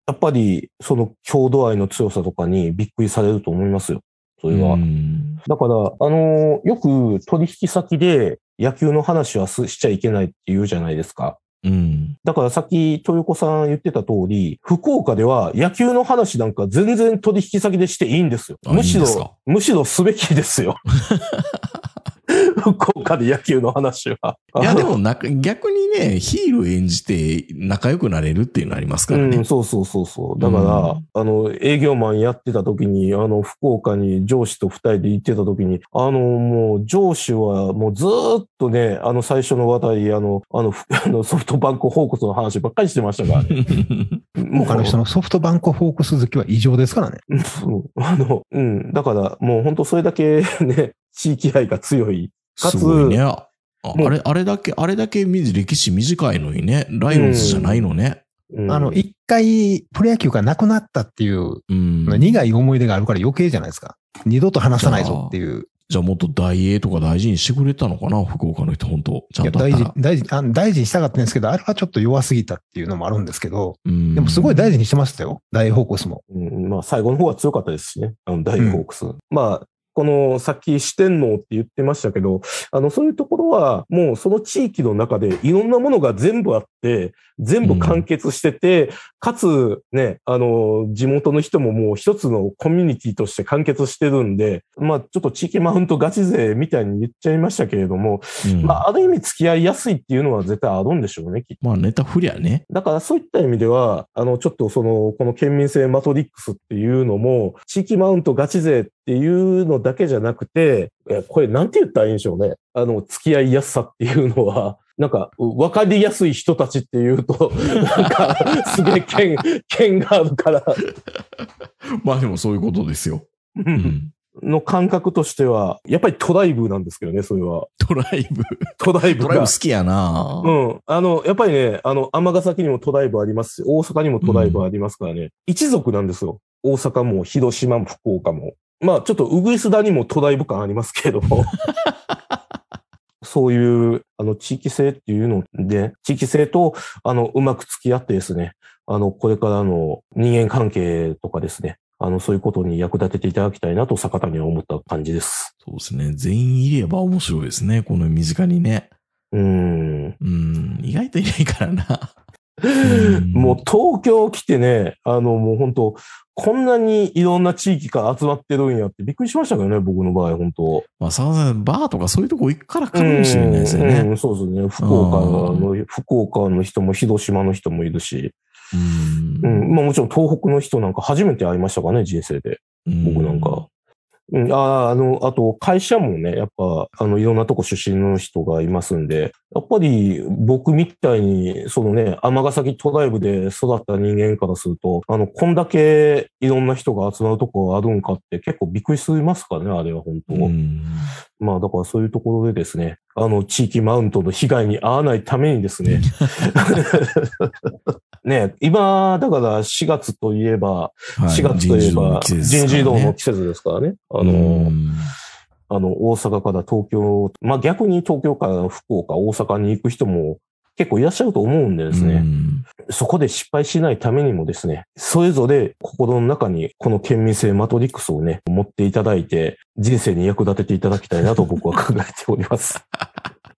Speaker 3: やっぱり、その郷土愛の強さとかにびっくりされると思いますよ。それは。
Speaker 2: うん
Speaker 3: だから、あの、よく取引先で野球の話はすしちゃいけないって言うじゃないですか。
Speaker 2: うん。
Speaker 3: だからさっき豊子さん言ってた通り、福岡では野球の話なんか全然取引先でしていいんですよ。
Speaker 2: あ
Speaker 3: む
Speaker 2: い
Speaker 3: し
Speaker 2: いん
Speaker 3: ろ、
Speaker 2: ですか
Speaker 3: むしろすべきですよ。福岡で野球の話は。
Speaker 2: いや、でもな、逆にね、ヒール演じて仲良くなれるっていうのありますから
Speaker 3: う
Speaker 2: ね
Speaker 3: ん、。そうそうそうそう。だから、あの、営業マンやってた時に、あの、福岡に上司と二人で行ってた時に、あの、もう上司はもうずーっとね、あの、最初の話題、あの、あの、ふ あのソフトバンクホークスの話ばっかりしてましたからね。 もう
Speaker 4: 他の人のソフトバンクフォークス好きは異常ですからね。
Speaker 3: そうあの、うん。だから、もう本当それだけね、地域愛が強い。かつ
Speaker 2: すごいね。あ
Speaker 3: もう
Speaker 2: あれ、あれだけ、あれだけみ歴史短いのにね、ライオンズじゃないのね。
Speaker 3: うん
Speaker 4: あの、一回プロ野球がなくなったっていう、
Speaker 2: うん。
Speaker 4: 苦い思い出があるから余計じゃないですか。二度と話さないぞっていう。
Speaker 2: じゃあもっと大英とか大事にしてくれたのかな福岡の人、本当ちゃ
Speaker 4: いや
Speaker 2: んとあっ
Speaker 4: 大
Speaker 2: た
Speaker 4: 事
Speaker 2: ら。、
Speaker 4: 大事、あの大事にしたかったんですけど、あれはちょっと弱すぎたっていうのもあるんですけど、
Speaker 2: うん
Speaker 4: でもすごい大事にしてましたよ。大ホークスも。
Speaker 3: うんまあ、最後の方は強かったですしね。あの、大ホークス。まあ、この、さっき四天王って言ってましたけど、あの、そういうところは、もうその地域の中でいろんなものが全部あって、全部完結してて、かつ、ね、あの、地元の人ももう一つのコミュニティとして完結してるんで、まあ、ちょっと地域マウントガチ勢みたいに言っちゃいましたけれども、
Speaker 2: うん
Speaker 3: まあ、ある意味付き合いやすいっていうのは絶対あるんでしょうね、きっと。
Speaker 2: まあネタ振りゃね。
Speaker 3: だからそういった意味では、あの、ちょっとその、この県民性マトリックスっていうのも、地域マウントガチ勢っていうのだけじゃなくて、えこれなんて言ったらいいんでしょうね。あの、付き合いやすさっていうのは、 なんか、わかりやすい人たちっていうと、 なんか、すげえ剣、 剣があるから、
Speaker 2: まあでもそういうことですよ。うん
Speaker 3: の感覚としては、やっぱりトライブなんですけどね、それは。
Speaker 2: ドライブ。
Speaker 3: トライブ
Speaker 2: ド
Speaker 3: が
Speaker 2: ライブ好きやな
Speaker 3: う。ん。あの、やっぱりね、あの、尼崎にもトライブありますし、大阪にもトライブありますからね、一族なんですよ。大阪も広島も福岡も。まあ、ちょっと、うぐいすだにもトライブ感ありますけれども。そういう、あの、地域性っていうので、地域性と、あの、うまく付き合ってですね、あの、これからの人間関係とかですね、あの、そういうことに役立てていただきたいなと、坂田には思った感じです。
Speaker 2: そうですね。全員いれば面白いですね。この身近にね。
Speaker 3: うん。
Speaker 2: うん。意外といないからな。ん
Speaker 3: もう東京来てね、あのもう本当、こんなにいろんな地域から集まってるんやってびっくりしましたけどね、僕の場合、本当。
Speaker 2: まあ、さんざんバーとかそういうとこ行くからかもしれないですよ
Speaker 3: うん
Speaker 2: ね。
Speaker 3: うんそうですね。福岡の、福岡の人も広島の人もいるし、
Speaker 2: う
Speaker 3: うんん、まあもちろん東北の人なんか初めて会いましたからね、人生で。僕なんか。うん、あーあの、あと、会社もね、やっぱ、あの、いろんなとこ出身の人がいますんで、やっぱり僕みたいに、そのね、尼崎トライブで育った人間からすると、あの、こんだけいろんな人が集まるとこあるんかって結構びっくりしますからね、あれは本当。
Speaker 2: うん
Speaker 3: まあ、だからそういうところでですね、あの、地域マウントの被害に遭わないためにです ね、ね、今、だから4月といえば、
Speaker 2: はい
Speaker 3: 4月といえば
Speaker 2: 人
Speaker 3: 人事異
Speaker 2: 事
Speaker 3: 動
Speaker 2: 動
Speaker 3: の
Speaker 2: の季節です
Speaker 3: 季節ですからね。
Speaker 2: からね
Speaker 3: あの
Speaker 2: う、ん
Speaker 3: あの、大阪から東京、まあ逆に東京から福岡、大阪に行く人も結構いらっしゃると思うんでです
Speaker 2: う
Speaker 3: ね、
Speaker 2: ん
Speaker 3: そこで失敗しないためにもですね、それぞれ心の中にこの県民性マトリックスをね、持っていただいて、人生に役立てていただきたいなと僕は考えております。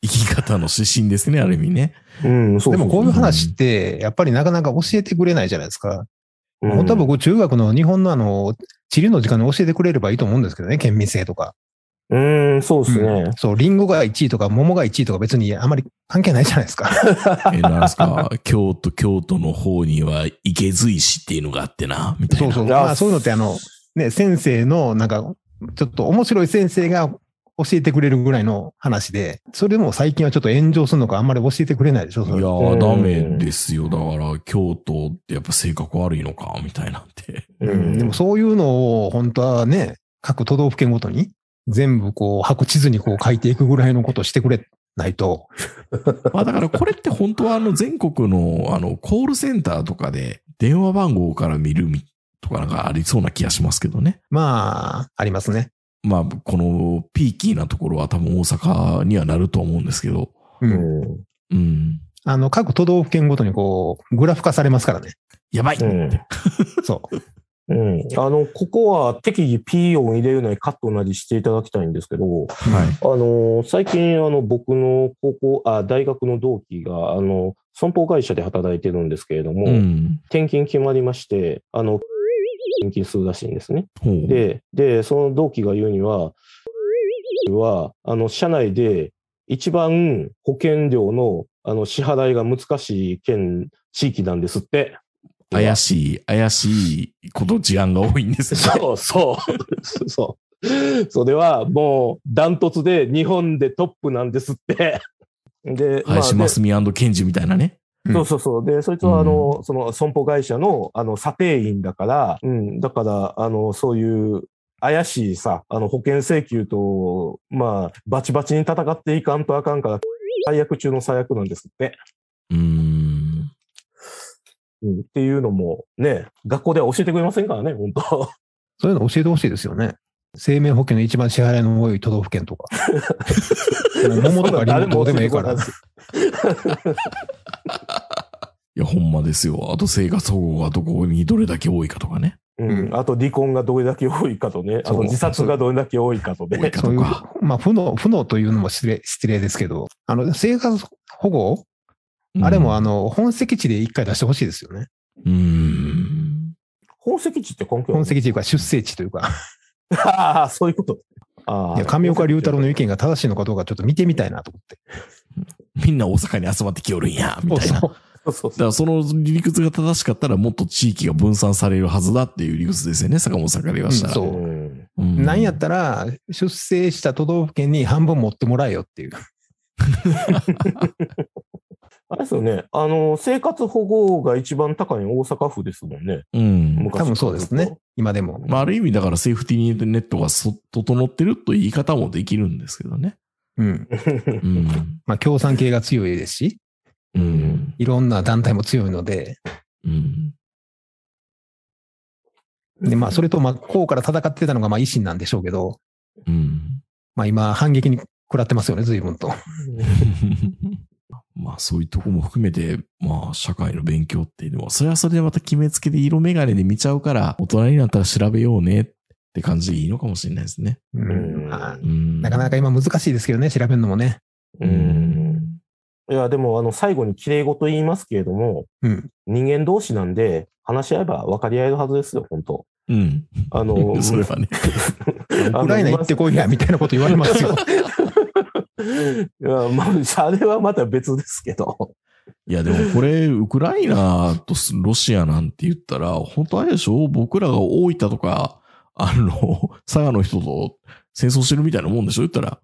Speaker 2: 生き方の指針ですね、ある意味ね。
Speaker 3: うん、そう
Speaker 4: で
Speaker 3: そ
Speaker 4: もこういうう話って、やっぱりなかなか教えてくれないじゃないですか。
Speaker 3: そう、
Speaker 4: 本当は僕、中学の日本のあの、地理の時間に教えてくれればいいと思うんですけどね、県民性とか。
Speaker 3: うん、うん、そうですね。
Speaker 4: そう、リンゴが1位とか、桃が1位とか別にあまり関係ないじゃないですか。
Speaker 2: え、なんですか、京都、京都の方には池髄市っていうのがあってな、みたい
Speaker 4: そ
Speaker 2: な。
Speaker 4: うそう。
Speaker 3: いや
Speaker 4: まあそういうのってあの、ね、先生のなんか、ちょっと面白い先生が教えてくれるぐらいの話で、それでも最近はちょっと炎上するのかあんまり教えてくれないでしょ、
Speaker 2: い
Speaker 4: そ
Speaker 2: や
Speaker 4: れ。
Speaker 2: ー、ダ
Speaker 3: うん
Speaker 2: メですよ。だから、京都ってやっぱ性格悪いのか、みたいなんて。
Speaker 3: う
Speaker 4: うんでもそういうのを本当はね、各都道府県ごとに全部こう、白地図にこう書いていくぐらいのことをしてくれないと。
Speaker 2: まあだからこれって本当はあの全国のあのコールセンターとかで電話番号から見るみとかなんかありそうな気がしますけどね。
Speaker 4: まあ、ありますね。
Speaker 2: まあこのピーキーなところは多分大阪にはなると思うんですけど。
Speaker 4: う。
Speaker 3: うんん。
Speaker 2: うん。
Speaker 4: あの、各都道府県ごとにこう、グラフ化されますからね。
Speaker 2: やばい、
Speaker 3: うん
Speaker 4: そう。
Speaker 3: うん、あの、ここは適宜 P 音入れるのにカットなりしていただきたいんですけど、
Speaker 2: はい。
Speaker 3: あの、最近、あの、僕の高校、あ、大学の同期が、あの、損保会社で働いてるんですけれども、
Speaker 2: うん。
Speaker 3: 転勤決まりまして、あの、転勤するらしいんですね。
Speaker 2: ほう。
Speaker 3: で、で、その同期が言うには、は、あの、社内で一番保険料の、あの、支払いが難しい県、地域なんです って。
Speaker 2: 怪しい、怪しいこと事案が多いんですね。
Speaker 3: そう そう。そう。それはもうダントツで日本でトップなんですって。で、ま
Speaker 2: は
Speaker 3: あ
Speaker 2: い、しますみケンジみたいなね。
Speaker 3: でそうそうそう。で、そいつは、あの、その、損保会社の、あの、査定員だから、うん、だから、あの、そういう、怪しいさ、あの、保険請求と、まあ、バチバチに戦っていかんとあかんから、最悪中の最悪なんですって。
Speaker 2: うーん。
Speaker 3: うん、っていうのも、ね、学校では教えてくれませんからね、本当
Speaker 4: そういうの教えてほしいですよね。生命保険の一番支払いの多い都道府県 とか。もう桃とかリンゴどうでもいいから。
Speaker 2: いや、ほんまですよ。あと生活保護がどこにどれだけ多いかとかね。
Speaker 3: うん、あと離婚がどれだけ多いかとね、あ
Speaker 4: そ
Speaker 3: と
Speaker 4: う
Speaker 3: 自殺がどれだけ多いかと
Speaker 2: 多い
Speaker 3: ね。
Speaker 2: か
Speaker 4: そうい
Speaker 2: と
Speaker 4: う
Speaker 2: か。、
Speaker 4: まあ、不能、不能というのも失礼、失礼ですけど、あの、生活保護、
Speaker 2: うん
Speaker 4: あれもあの、本籍地で一回出してほしいですよね。
Speaker 2: うーん。
Speaker 3: 本籍地って根拠
Speaker 4: 本籍地というか、出生地というか、
Speaker 3: ああ、そういうこと。あ
Speaker 4: い
Speaker 3: あ
Speaker 4: や上岡龍太郎の意見が正しいのかどうかちょっと見てみたいなと思って。
Speaker 2: みんな大阪に集まってきよるんや、みたいな。だか
Speaker 4: そう
Speaker 3: そうそうそう
Speaker 2: らその理屈が正しかったらもっと地域が分散されるはずだっていう理屈ですよね、坂本さんから言わしたら。
Speaker 4: うんそ
Speaker 3: う
Speaker 4: う
Speaker 3: ん
Speaker 2: うん
Speaker 4: なんやったら、出生した都道府県に半分持ってもらえよっていう。
Speaker 3: あれですよね。あの、生活保護が一番高いの大阪府ですもんね。
Speaker 2: うん。
Speaker 3: 昔
Speaker 4: 多分そうですね。。今でも。
Speaker 2: まあ、ある意味だからセーフティーネットがそ整ってるという言い方もできるんですけどね。
Speaker 4: うん。
Speaker 2: うん。
Speaker 4: まあ、共産系が強いですし、
Speaker 2: うん。
Speaker 4: いろんな団体も強いので、
Speaker 2: うん。
Speaker 4: で、まあ、それと、まあ、こうから戦ってたのが、まあ、維新なんでしょうけど、
Speaker 2: うん。
Speaker 4: まあ、今、反撃に食らってますよね、随分と。
Speaker 2: まあそういうとこも含めて、まあ社会の勉強っていうのは、それはそれでまた決めつけで色眼鏡で見ちゃうから、大人になったら調べようねって感じでいいのかもしれないですね。
Speaker 4: う
Speaker 3: うん
Speaker 4: まあ
Speaker 2: うん。
Speaker 4: なかなか今難しいですけどね、調べるのもね。
Speaker 3: うん。いや、でも、あの、最後に綺麗事言いますけれども、
Speaker 4: うん。
Speaker 3: 人間同士なんで、話し合えば分かり合えるはずですよ、本当
Speaker 2: うん。
Speaker 3: あ の、
Speaker 2: それはね。
Speaker 3: あの
Speaker 4: ウクライナ行ってこいや、みたいなこと言われますよ。
Speaker 3: いや、まあ、あれはまた別ですけど。
Speaker 2: いや、でもこれ、ウクライナとスロシアなんて言ったら、本当あれでしょ僕らが大分とか、あの、佐賀の人と戦争してるみたいなもんでしょ言ったら、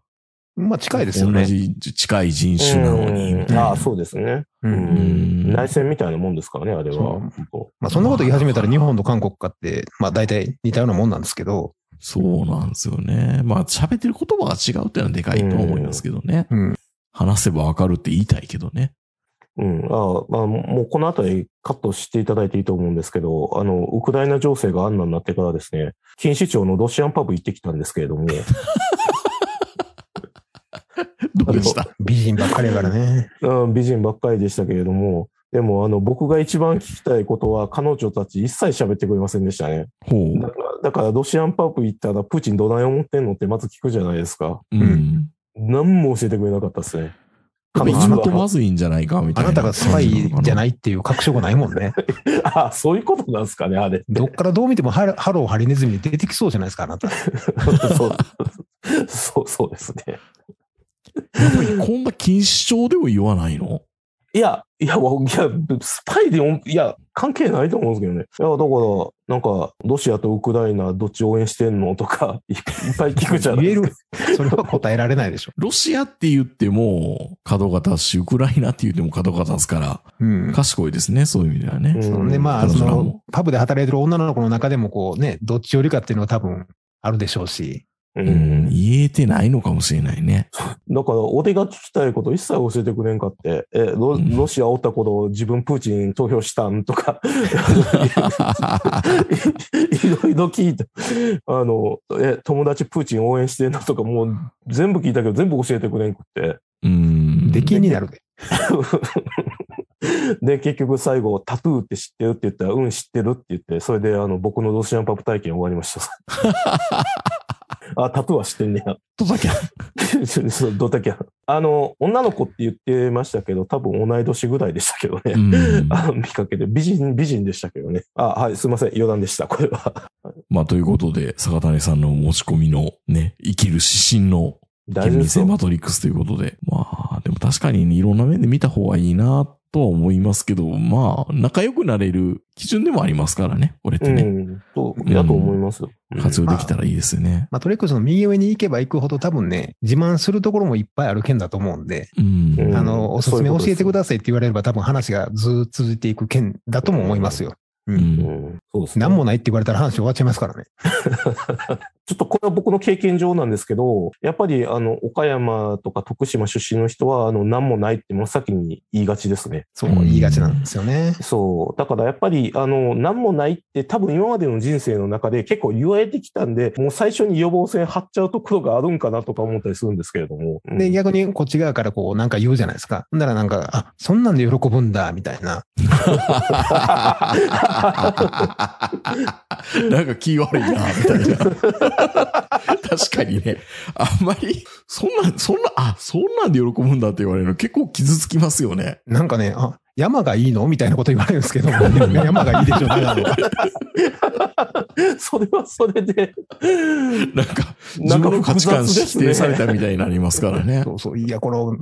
Speaker 4: まあ、近いですよ
Speaker 2: 同
Speaker 4: ね。
Speaker 2: じ近い人種なのに、みたいな。
Speaker 3: ああ、そうですね。う
Speaker 4: う。
Speaker 3: ん
Speaker 2: ん
Speaker 3: ん。内戦みたいなもんですからね、あれ
Speaker 4: そ
Speaker 3: は
Speaker 4: う。
Speaker 3: こ
Speaker 4: まあ、そんなこと言い始めたら、日本と韓国かって、まあ、大体似たようなもんなんですけど、
Speaker 2: そうなんですよね。まあ、喋ってる言葉が違うっていうのはでかいと思いますけどね。
Speaker 4: うん。
Speaker 2: 話せばわかるって言いたいけどね。
Speaker 3: ううん。ああまあ、もうこのあたりカットしていただいていいと思うんですけど、あの、ウクライナ情勢があんなになってからですね、錦糸町のロシアンパブ行ってきたんですけれど も、
Speaker 2: どうでした
Speaker 4: 美人ばっかりやか らね。
Speaker 3: うん、美人ばっかりでしたけれども、でも、あの、僕が一番聞きたいことは、彼女たち一切喋ってくれませんでしたね。
Speaker 2: ほ
Speaker 3: だから、だからロシアンパブ行ったら、プーチンどない思ってんのってまず聞くじゃないですか。
Speaker 2: う。うん。
Speaker 3: 何も教えてくれなかったですね。
Speaker 2: やっぱ
Speaker 3: 彼
Speaker 2: 一
Speaker 3: 女
Speaker 2: 番ま
Speaker 3: は。
Speaker 2: ずいんじゃないか、みた
Speaker 4: あ
Speaker 2: いな。。
Speaker 4: なたがスパイじゃないいっていう確証がないもんね。
Speaker 3: ああ、そういうことなんですかね、あれって。
Speaker 4: どっからどう見てもハロハローハリネズミで出てきそうじゃないですか、あなた。
Speaker 3: そうそう、そうですね。
Speaker 2: やっぱりこんな禁止症でも言わないの
Speaker 3: いや、いや、わいや、スパイでも、いや、関係ないと思うんですけどね。いや、だから、なんか、ロシアとウクライナ、どっち応援してんのとか、いいっぱい聞くじゃない
Speaker 4: 言え
Speaker 3: ですか。
Speaker 4: る。それは答えられないでしょ。
Speaker 2: ロシアって言っても角が立つし、ウクライナって言っても角が立つから、
Speaker 4: うん。
Speaker 2: 賢いですね、そういう意味ではね。
Speaker 3: うん
Speaker 4: で、まあ、
Speaker 2: 彼
Speaker 4: そ
Speaker 2: 女らも
Speaker 4: の、パブで働いてる女の子の中でも、こうね、どっちよりかっていうのは多分あるでしょうし、
Speaker 3: う
Speaker 2: うん、
Speaker 3: ん。
Speaker 2: 言えてないのかもしれないね。
Speaker 3: だから、俺が聞きたいこと一切教えてくれんかって、え、ロ
Speaker 2: うん
Speaker 3: ロシアおった頃、自分プーチン投票したんとか、 いろいろ聞いて、あの、え、友達プーチン応援してんのとか、もう全部聞いたけど、全部教えてくれんくって。
Speaker 2: うん。
Speaker 4: 出禁になるで。
Speaker 3: で、結局最後、タトゥーって知ってるって言ったら、うん、知ってるって言って、それで、あの、僕のロシアンパブ体験終わりました。 あ、タトゥーは知ってんねや。
Speaker 2: とだけ。
Speaker 3: そうドタキャン。あの、女の子って言ってましたけど、多分同い年ぐらいでしたけど
Speaker 2: う
Speaker 3: ね。
Speaker 2: ん。
Speaker 3: あの見かけて、美人、美人でしたけどね。あ、はい、すいません。余談でした、これは。
Speaker 2: まあ、ということで、坂谷さんの持ち込みのね、生きる指針の
Speaker 3: 大
Speaker 2: 県
Speaker 3: 丈夫で
Speaker 2: 民
Speaker 3: す
Speaker 2: 性
Speaker 3: よ。
Speaker 2: マトリックスということで。まあ、でも確かにね、いろんな面で見た方がいいなとは思いますけど、まあ、仲良くなれる基準でもありますからね、これっ
Speaker 3: う
Speaker 2: てね。
Speaker 3: ん。そう、だと思います。うん
Speaker 2: 活用できたらいいですよね。
Speaker 4: まあ、トレックスの右上に行けば行くほど多分ね、自慢するところもいっぱいある件だと思うんで、
Speaker 2: うん。
Speaker 3: うん
Speaker 4: あの、おすすめ
Speaker 3: そういう
Speaker 4: 教
Speaker 3: ことです
Speaker 4: えてくださいって言われれば多分話がずーっと続いていく件だとも思いますよ。う。
Speaker 2: うん ん
Speaker 3: うんそうですね。
Speaker 4: 何もないって言われたら話終わっちゃいますからね。
Speaker 3: ちょっとこれは僕の経験上なんですけど、やっぱりあの、岡山とか徳島出身の人は、あの、何もないって真っ先に言いがちですね。
Speaker 4: そう、言いがちなんですよね。
Speaker 3: そう。だからやっぱり、あの、何もないって多分今までの人生の中で結構言われてきたんで、もう最初に予防線張っちゃうところがあるんかなとか思ったりするんですけれども。うん
Speaker 4: で、逆にこっち側からこうなんか言うじゃないですか。ほんならなんか、あ、そんなんで喜ぶんだ、みたいな。
Speaker 2: なんか気悪いな、みたいな。確かにね。あんまり、そんな、そんな、あ、そんなんで喜ぶんだって言われるの結構傷つきますよね。
Speaker 4: なんかね、あ、山がいいのみたいなこと言われるんですけど、でも ね山がいいでしょ、長野は。
Speaker 3: それはそ れで、
Speaker 2: なんか、自
Speaker 3: なんか
Speaker 2: 分の価値観
Speaker 3: 複雑で
Speaker 2: 否
Speaker 3: すね
Speaker 2: 定されたみたいになりますからね。
Speaker 4: そうそう、いや、この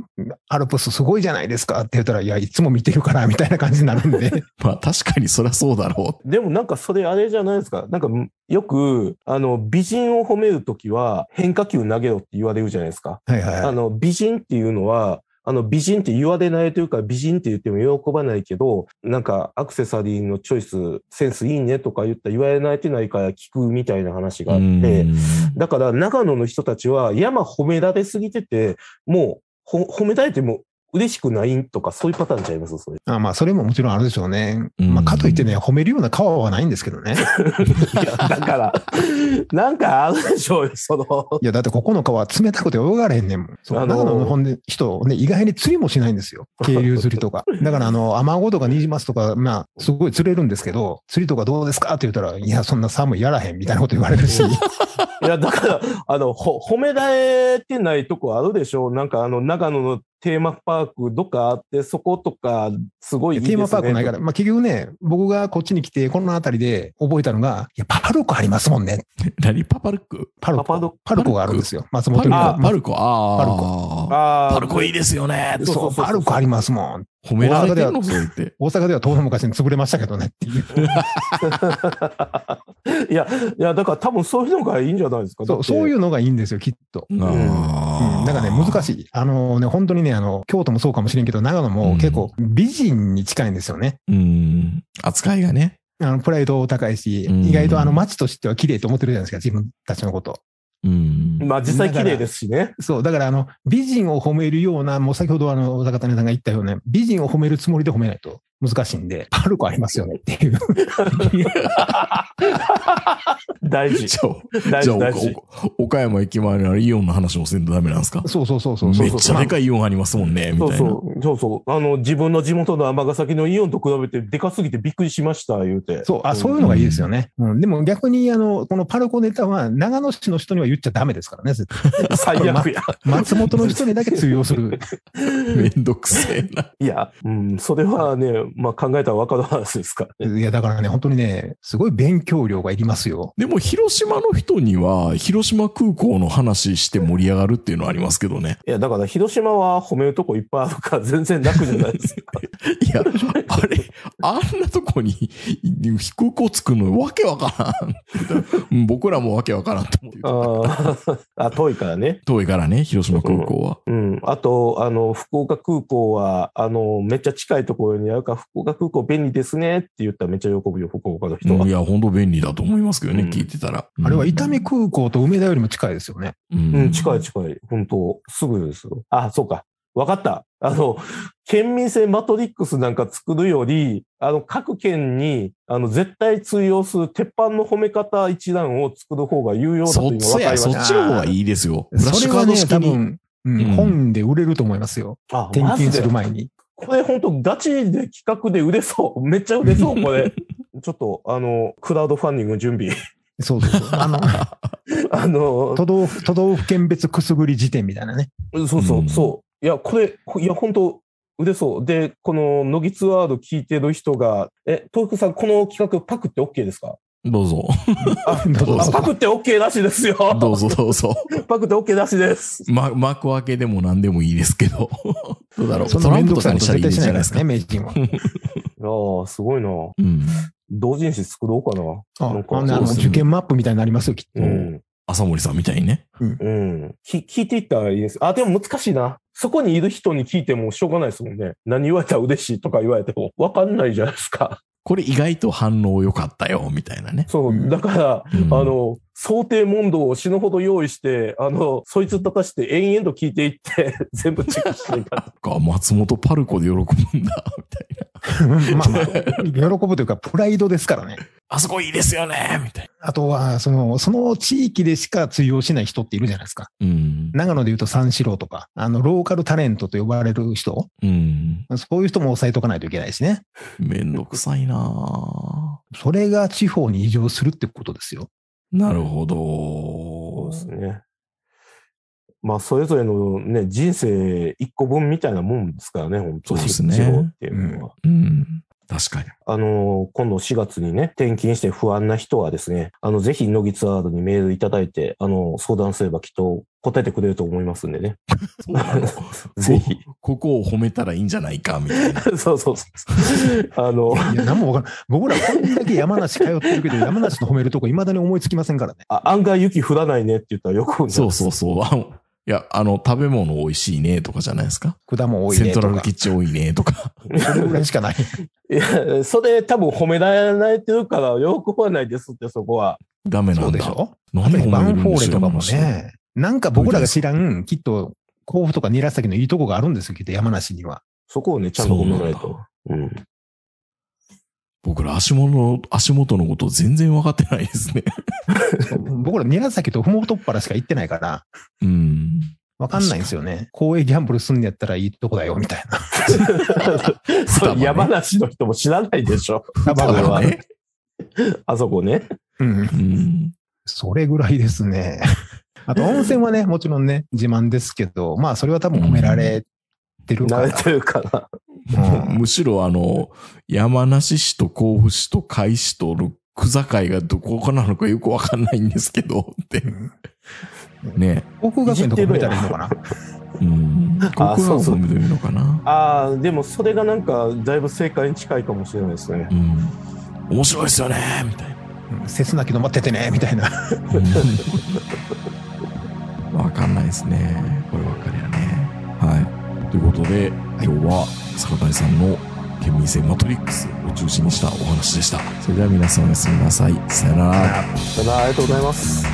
Speaker 4: アルプスすごいじゃないですかって言ったら、いや、いつも見てるから、みたいな感じになるんで。
Speaker 2: まあ確かにそりゃそうだろ
Speaker 3: でもなんかそれあれじゃないですか。なんかよく、あの、美人を褒めるときは変化球投げろって言われるじゃないですか。
Speaker 4: はいはい
Speaker 3: あ
Speaker 4: はい。
Speaker 3: の、美人っていうのは、あの、美人って言われないというか、美人って言っても喜ばないけど、なんか、アクセサリーのチョイス、センスいいねとか言ったら言われないてないから聞くみたいな話
Speaker 2: う。
Speaker 3: があっ
Speaker 2: うん
Speaker 3: て、だから、長野の人たちは山褒められすぎてて、もう、ほ褒められても嬉しくないとか、そういうパターンちゃいますそれ。
Speaker 4: あまあ、それももちろんあるでしょうね。
Speaker 2: うん
Speaker 4: まあ、かといってね、褒めるような顔はないんですけどね。
Speaker 3: いや、だから、なんかあるでしょうよ、その。
Speaker 4: いや、だってここの川冷たくて泳がれへんねんもん。そう
Speaker 3: あのー
Speaker 4: 長野の本で人、ね、意外に釣りもしないんですよ。渓流釣りとか。だから、あの、アマゴとかニジマスとか、まあ、すごい釣れるんですけど、釣りとかどうですかって言ったら、いや、そんな寒いやらへんみたいなこと言われるし。
Speaker 3: いや、だから、あの、ほ褒められてないとこあるでしょう。なんか、あの、長野のテーマパークどっかあって、そことか、すごいいいです
Speaker 4: テ
Speaker 3: ね。
Speaker 4: ーマパークないから、まあ、結局ね、僕がこっちに来て、この辺りで覚えたのが、いや、パルコありますもんね。
Speaker 2: 何パパルク
Speaker 4: パルコ。
Speaker 3: パパド
Speaker 4: パルコがあるんですよ。松
Speaker 2: パ
Speaker 4: 本
Speaker 2: ル
Speaker 4: に
Speaker 2: コ
Speaker 4: は。
Speaker 2: パルコあー
Speaker 3: あー
Speaker 2: パルコいいですよね
Speaker 3: コ
Speaker 4: そ
Speaker 3: そうそ
Speaker 4: う、
Speaker 3: うそう
Speaker 4: パルコありますもん。
Speaker 2: 褒められてるのそう言って。
Speaker 4: 大阪では遠の昔に潰れましたけどねっていう。
Speaker 3: いや、いや、だから多分そういうのがいいんじゃないですか。。
Speaker 4: そう、そういううのがいいんですよ、きっと。
Speaker 3: ん
Speaker 4: うん、だからね、難
Speaker 2: しい。
Speaker 4: しい。あのね、本当にね、あの、京都もそうかもしれんけど、長野
Speaker 2: うん
Speaker 4: も結構美人に近いんですよね。
Speaker 2: うん。扱いがね。
Speaker 4: あの、プライド高いし、
Speaker 2: うん
Speaker 4: 意外とあの、街としては綺麗と思ってるじゃないですか、自分たちのこと。
Speaker 2: うん。
Speaker 3: まあ実際綺麗ですしね。
Speaker 4: そう、だからあの、美人を褒めるような、もう先ほどあの、大坂谷さんが言ったような、美人を褒めるつもりで褒めないと難しいんで、パルコありますよねっていう。
Speaker 3: 大 事。
Speaker 2: じゃあ、
Speaker 3: 大
Speaker 2: じゃあ
Speaker 3: 事、大事。
Speaker 2: お岡山駅前のあれイオンの話もせんとダメなんですか
Speaker 4: そうそうそうそうそう。
Speaker 2: めっちゃでかいイオンありますもんね、みた
Speaker 3: そ
Speaker 2: いうな。
Speaker 3: そう、そうそう。あの、自分の地元の尼崎のイオンと比べて、でかすぎてびっくりしました、言うて。
Speaker 4: そう、あ、そういうのがいいですよね。うん。でも逆に、あの、このパルコネタは、長野市の人には言っちゃダメですからね、絶対。
Speaker 3: 最悪や。
Speaker 4: 松本の人にだけ通用する。
Speaker 2: めんどくせえな。
Speaker 3: いや、うん、それはね、まあ考えたら若の話ですからね。
Speaker 4: いや、だからね、本当にね、すごい勉強量がいりますよ。
Speaker 2: でも、広島の人には、広島空港の話して盛り上がるっていうのはありますけどね。
Speaker 3: いや、だから広島は褒めるとこいっぱいあるから 全然楽じゃないですか。
Speaker 2: いや、あれ、あんなとこに空港つくのわけわからん。僕らもわけわからんと思う。
Speaker 3: あー あ、遠いからね。
Speaker 2: 遠いからね、広島空港は。
Speaker 3: うん。あと、あの、福岡空港は、あの、めっちゃ近いところにあるから、福岡空港便利ですねって言ったらめっちゃ喜ぶよ、福岡の人
Speaker 2: う
Speaker 3: は
Speaker 2: んい。や、本当便利だと思いますけどね、
Speaker 3: うん
Speaker 2: 聞いてたら。
Speaker 4: あれは伊
Speaker 2: 痛
Speaker 4: 丹
Speaker 2: み
Speaker 4: 空港と梅田よりも近いですよね。
Speaker 2: う
Speaker 3: うん、近い
Speaker 2: い。
Speaker 3: 近い。本当すぐですよ。あ、そうか。わかった。あの、県民性マトリックスなんか作るより、あの、各県に、あの、絶対通用する鉄板の褒め方一覧を作る方が有用だと
Speaker 2: そ
Speaker 3: 今
Speaker 2: っ
Speaker 3: 分か
Speaker 2: ち
Speaker 3: りま
Speaker 2: や、そ
Speaker 3: し
Speaker 2: っちの方がいいですよ。ブラッ
Speaker 4: そ
Speaker 2: シュ
Speaker 4: れ
Speaker 2: カー
Speaker 4: は
Speaker 2: ド
Speaker 4: ね、
Speaker 2: 式
Speaker 4: 多
Speaker 2: に。
Speaker 4: 分、うん
Speaker 2: うん
Speaker 4: 本で売れると思いますよ。
Speaker 3: た。あ、
Speaker 4: 転
Speaker 3: マジ
Speaker 4: 勤す
Speaker 3: で
Speaker 4: る。前に。
Speaker 3: これ本当ガチで企画で売れそう。めっちゃ売れそう、こ れ。ちょっと、あの、クラウドファンディング準 備。
Speaker 4: そう そうそう。あの、
Speaker 3: あの、
Speaker 4: 都道府都道府県別くすぐり辞典みたいなね。
Speaker 3: そうそうう、
Speaker 2: ん
Speaker 3: そう。いや、これ、いや、本当腕そう。で、この、乃木ツアード聞いてる人が、え、東福さん、この企画パクって OK ですか
Speaker 2: どう ぞ。
Speaker 3: あ
Speaker 4: どうぞ
Speaker 3: あパクって OK らしいですよ。
Speaker 2: どうぞどうぞ。
Speaker 3: パクって OK らしいです。
Speaker 2: ま、幕開けでも何でもいいですけど。どうだろう。
Speaker 4: そん
Speaker 2: ト
Speaker 4: な
Speaker 2: ラ
Speaker 4: 面
Speaker 2: ンプ
Speaker 4: 倒
Speaker 2: と
Speaker 4: くさ
Speaker 2: か
Speaker 4: いこ
Speaker 2: にし
Speaker 4: と
Speaker 2: たらい
Speaker 4: 絶
Speaker 2: いんじゃ
Speaker 4: 対しな
Speaker 2: ないい
Speaker 4: で
Speaker 2: ですす
Speaker 4: ね、
Speaker 2: か。
Speaker 4: 名人は。
Speaker 3: いやー、すごいな。
Speaker 2: うん。
Speaker 3: 同人誌作ろうかな。
Speaker 4: あ
Speaker 3: なんか
Speaker 4: ほんであの
Speaker 2: そうですね
Speaker 4: 受験マップみたいになりますよ、きっ と。
Speaker 3: うん。
Speaker 2: 朝森さんみたいにね。
Speaker 3: うん。き聞いていったらいいです。あ、でも難しいな。そこにいる人に聞いてもしょうがないですもんね。何言われたら嬉しいとか言われても、わかんないじゃないですか。
Speaker 2: これ意外と反応良かったよ、みたいなね。
Speaker 3: そう。だから、
Speaker 2: うん
Speaker 3: あ、の、想定問答を死ぬほど用意して、あの、そいつ立たして延々と聞いていって、 全部チェックしていか
Speaker 2: か松本パルコで喜ぶんだ、みたいな。
Speaker 4: まあまあ、喜ぶというか、プライドですからね。
Speaker 2: あそこいいですよね、みたい
Speaker 4: あとは、その、その地域でしか通用しない人っているじゃないですか。
Speaker 2: な。うん。
Speaker 4: 長野で言うと三四郎とか、あの、ローカルタレントと呼ばれる人、
Speaker 2: うん。
Speaker 4: そういう人も抑えとかないといけないしね。
Speaker 2: めんどくさいな
Speaker 4: それが地方に移乗するってことで すよ。
Speaker 2: なるほ
Speaker 3: そう
Speaker 2: ど
Speaker 3: で。すね。まあ、それぞれのね、人生一個分みたいなもんですからね、本当に。
Speaker 2: そうですね
Speaker 3: 地方っていうのは。
Speaker 2: うん。確かに。
Speaker 3: あの、今度4月にね、転勤して不安な人はですね、あの、ぜひ、乃木ツアードにメールいただいて、あの、相談すればきっと答えてくれると思いますんでね。
Speaker 2: そうな の
Speaker 3: ぜひ。
Speaker 2: ここを褒めたらいいんじゃないか、みたいな。
Speaker 3: そうそうそう。あの、
Speaker 4: いや、何もわからない。僕らこんだけ山梨通ってるけど、山梨の褒めるとこ未だに思いつきませんからね。
Speaker 3: あ案外雪降らないねって言ったらよく
Speaker 2: そう
Speaker 3: う。
Speaker 2: そうそう。あの、いや、あの、食べ物美味しいね、とかじゃないですか。
Speaker 4: 果物多い
Speaker 2: セ
Speaker 4: ね
Speaker 2: ント
Speaker 4: と
Speaker 2: ラル
Speaker 4: か
Speaker 2: キ。ッチン多いね、とか。
Speaker 4: それぐらい しかない。
Speaker 3: いや、それ多分褒められてるから、よくはないですって、そこは。
Speaker 2: ダメな
Speaker 4: そ
Speaker 2: んだ。
Speaker 4: うでしょ
Speaker 2: なん
Speaker 4: あ
Speaker 2: で
Speaker 4: と
Speaker 2: 褒
Speaker 4: バ
Speaker 2: め
Speaker 4: ン
Speaker 2: るん
Speaker 4: フォ
Speaker 2: で
Speaker 4: ーレ
Speaker 2: しょ
Speaker 4: と
Speaker 2: う
Speaker 4: かも。ね。なんか僕らが知らん、きっと、甲府とか韮崎のいいとこがあるんですよ、きっと山梨には。
Speaker 3: そこをね、ちゃんと褒めないと。うん。
Speaker 2: 僕ら足元の、足元のこと全然分かってないです ね。
Speaker 4: 僕ら韮崎とふもとっぱらしか行ってないから、
Speaker 2: うん。
Speaker 4: わかんないんですよね。公営ギャンブルすんのやったらいいとこだよ、み たいな。
Speaker 3: そう
Speaker 2: 双葉ね
Speaker 3: 山梨の人も知らないでしょ。
Speaker 4: まあまあ
Speaker 2: ね。
Speaker 3: あそこね。
Speaker 4: うん。
Speaker 2: うん。
Speaker 4: それぐらいですね。あと温泉はね、もちろんね、自慢ですけど、まあそれは多分褒められてる
Speaker 3: 慣
Speaker 4: か
Speaker 3: れ
Speaker 4: ら。
Speaker 3: てるかな。
Speaker 4: うん
Speaker 2: むしろあの、山梨市と甲府市と甲斐市との区境がどこかなのかよくわかんないんですけど、って。ね。
Speaker 4: 航空学園とかも見たらいいのかな。
Speaker 2: うん。
Speaker 3: あ
Speaker 2: ここ
Speaker 3: そ
Speaker 2: は
Speaker 3: うそう
Speaker 2: も見てみるのかな。
Speaker 3: ああ、でもそれがなんか、だいぶ正解に近いかもしれないですね
Speaker 2: う。ん。面白いですよね、みたいな。
Speaker 4: うん切なきの待っててね、みたいな。
Speaker 2: わかんないですね。こればっかりやね。はい。ということで、今日は坂谷さんの県民性マトリックスを中心にしたお話でした。それでは皆さんおやすみなさい。さよなら。
Speaker 3: ただ、ありがとうございます。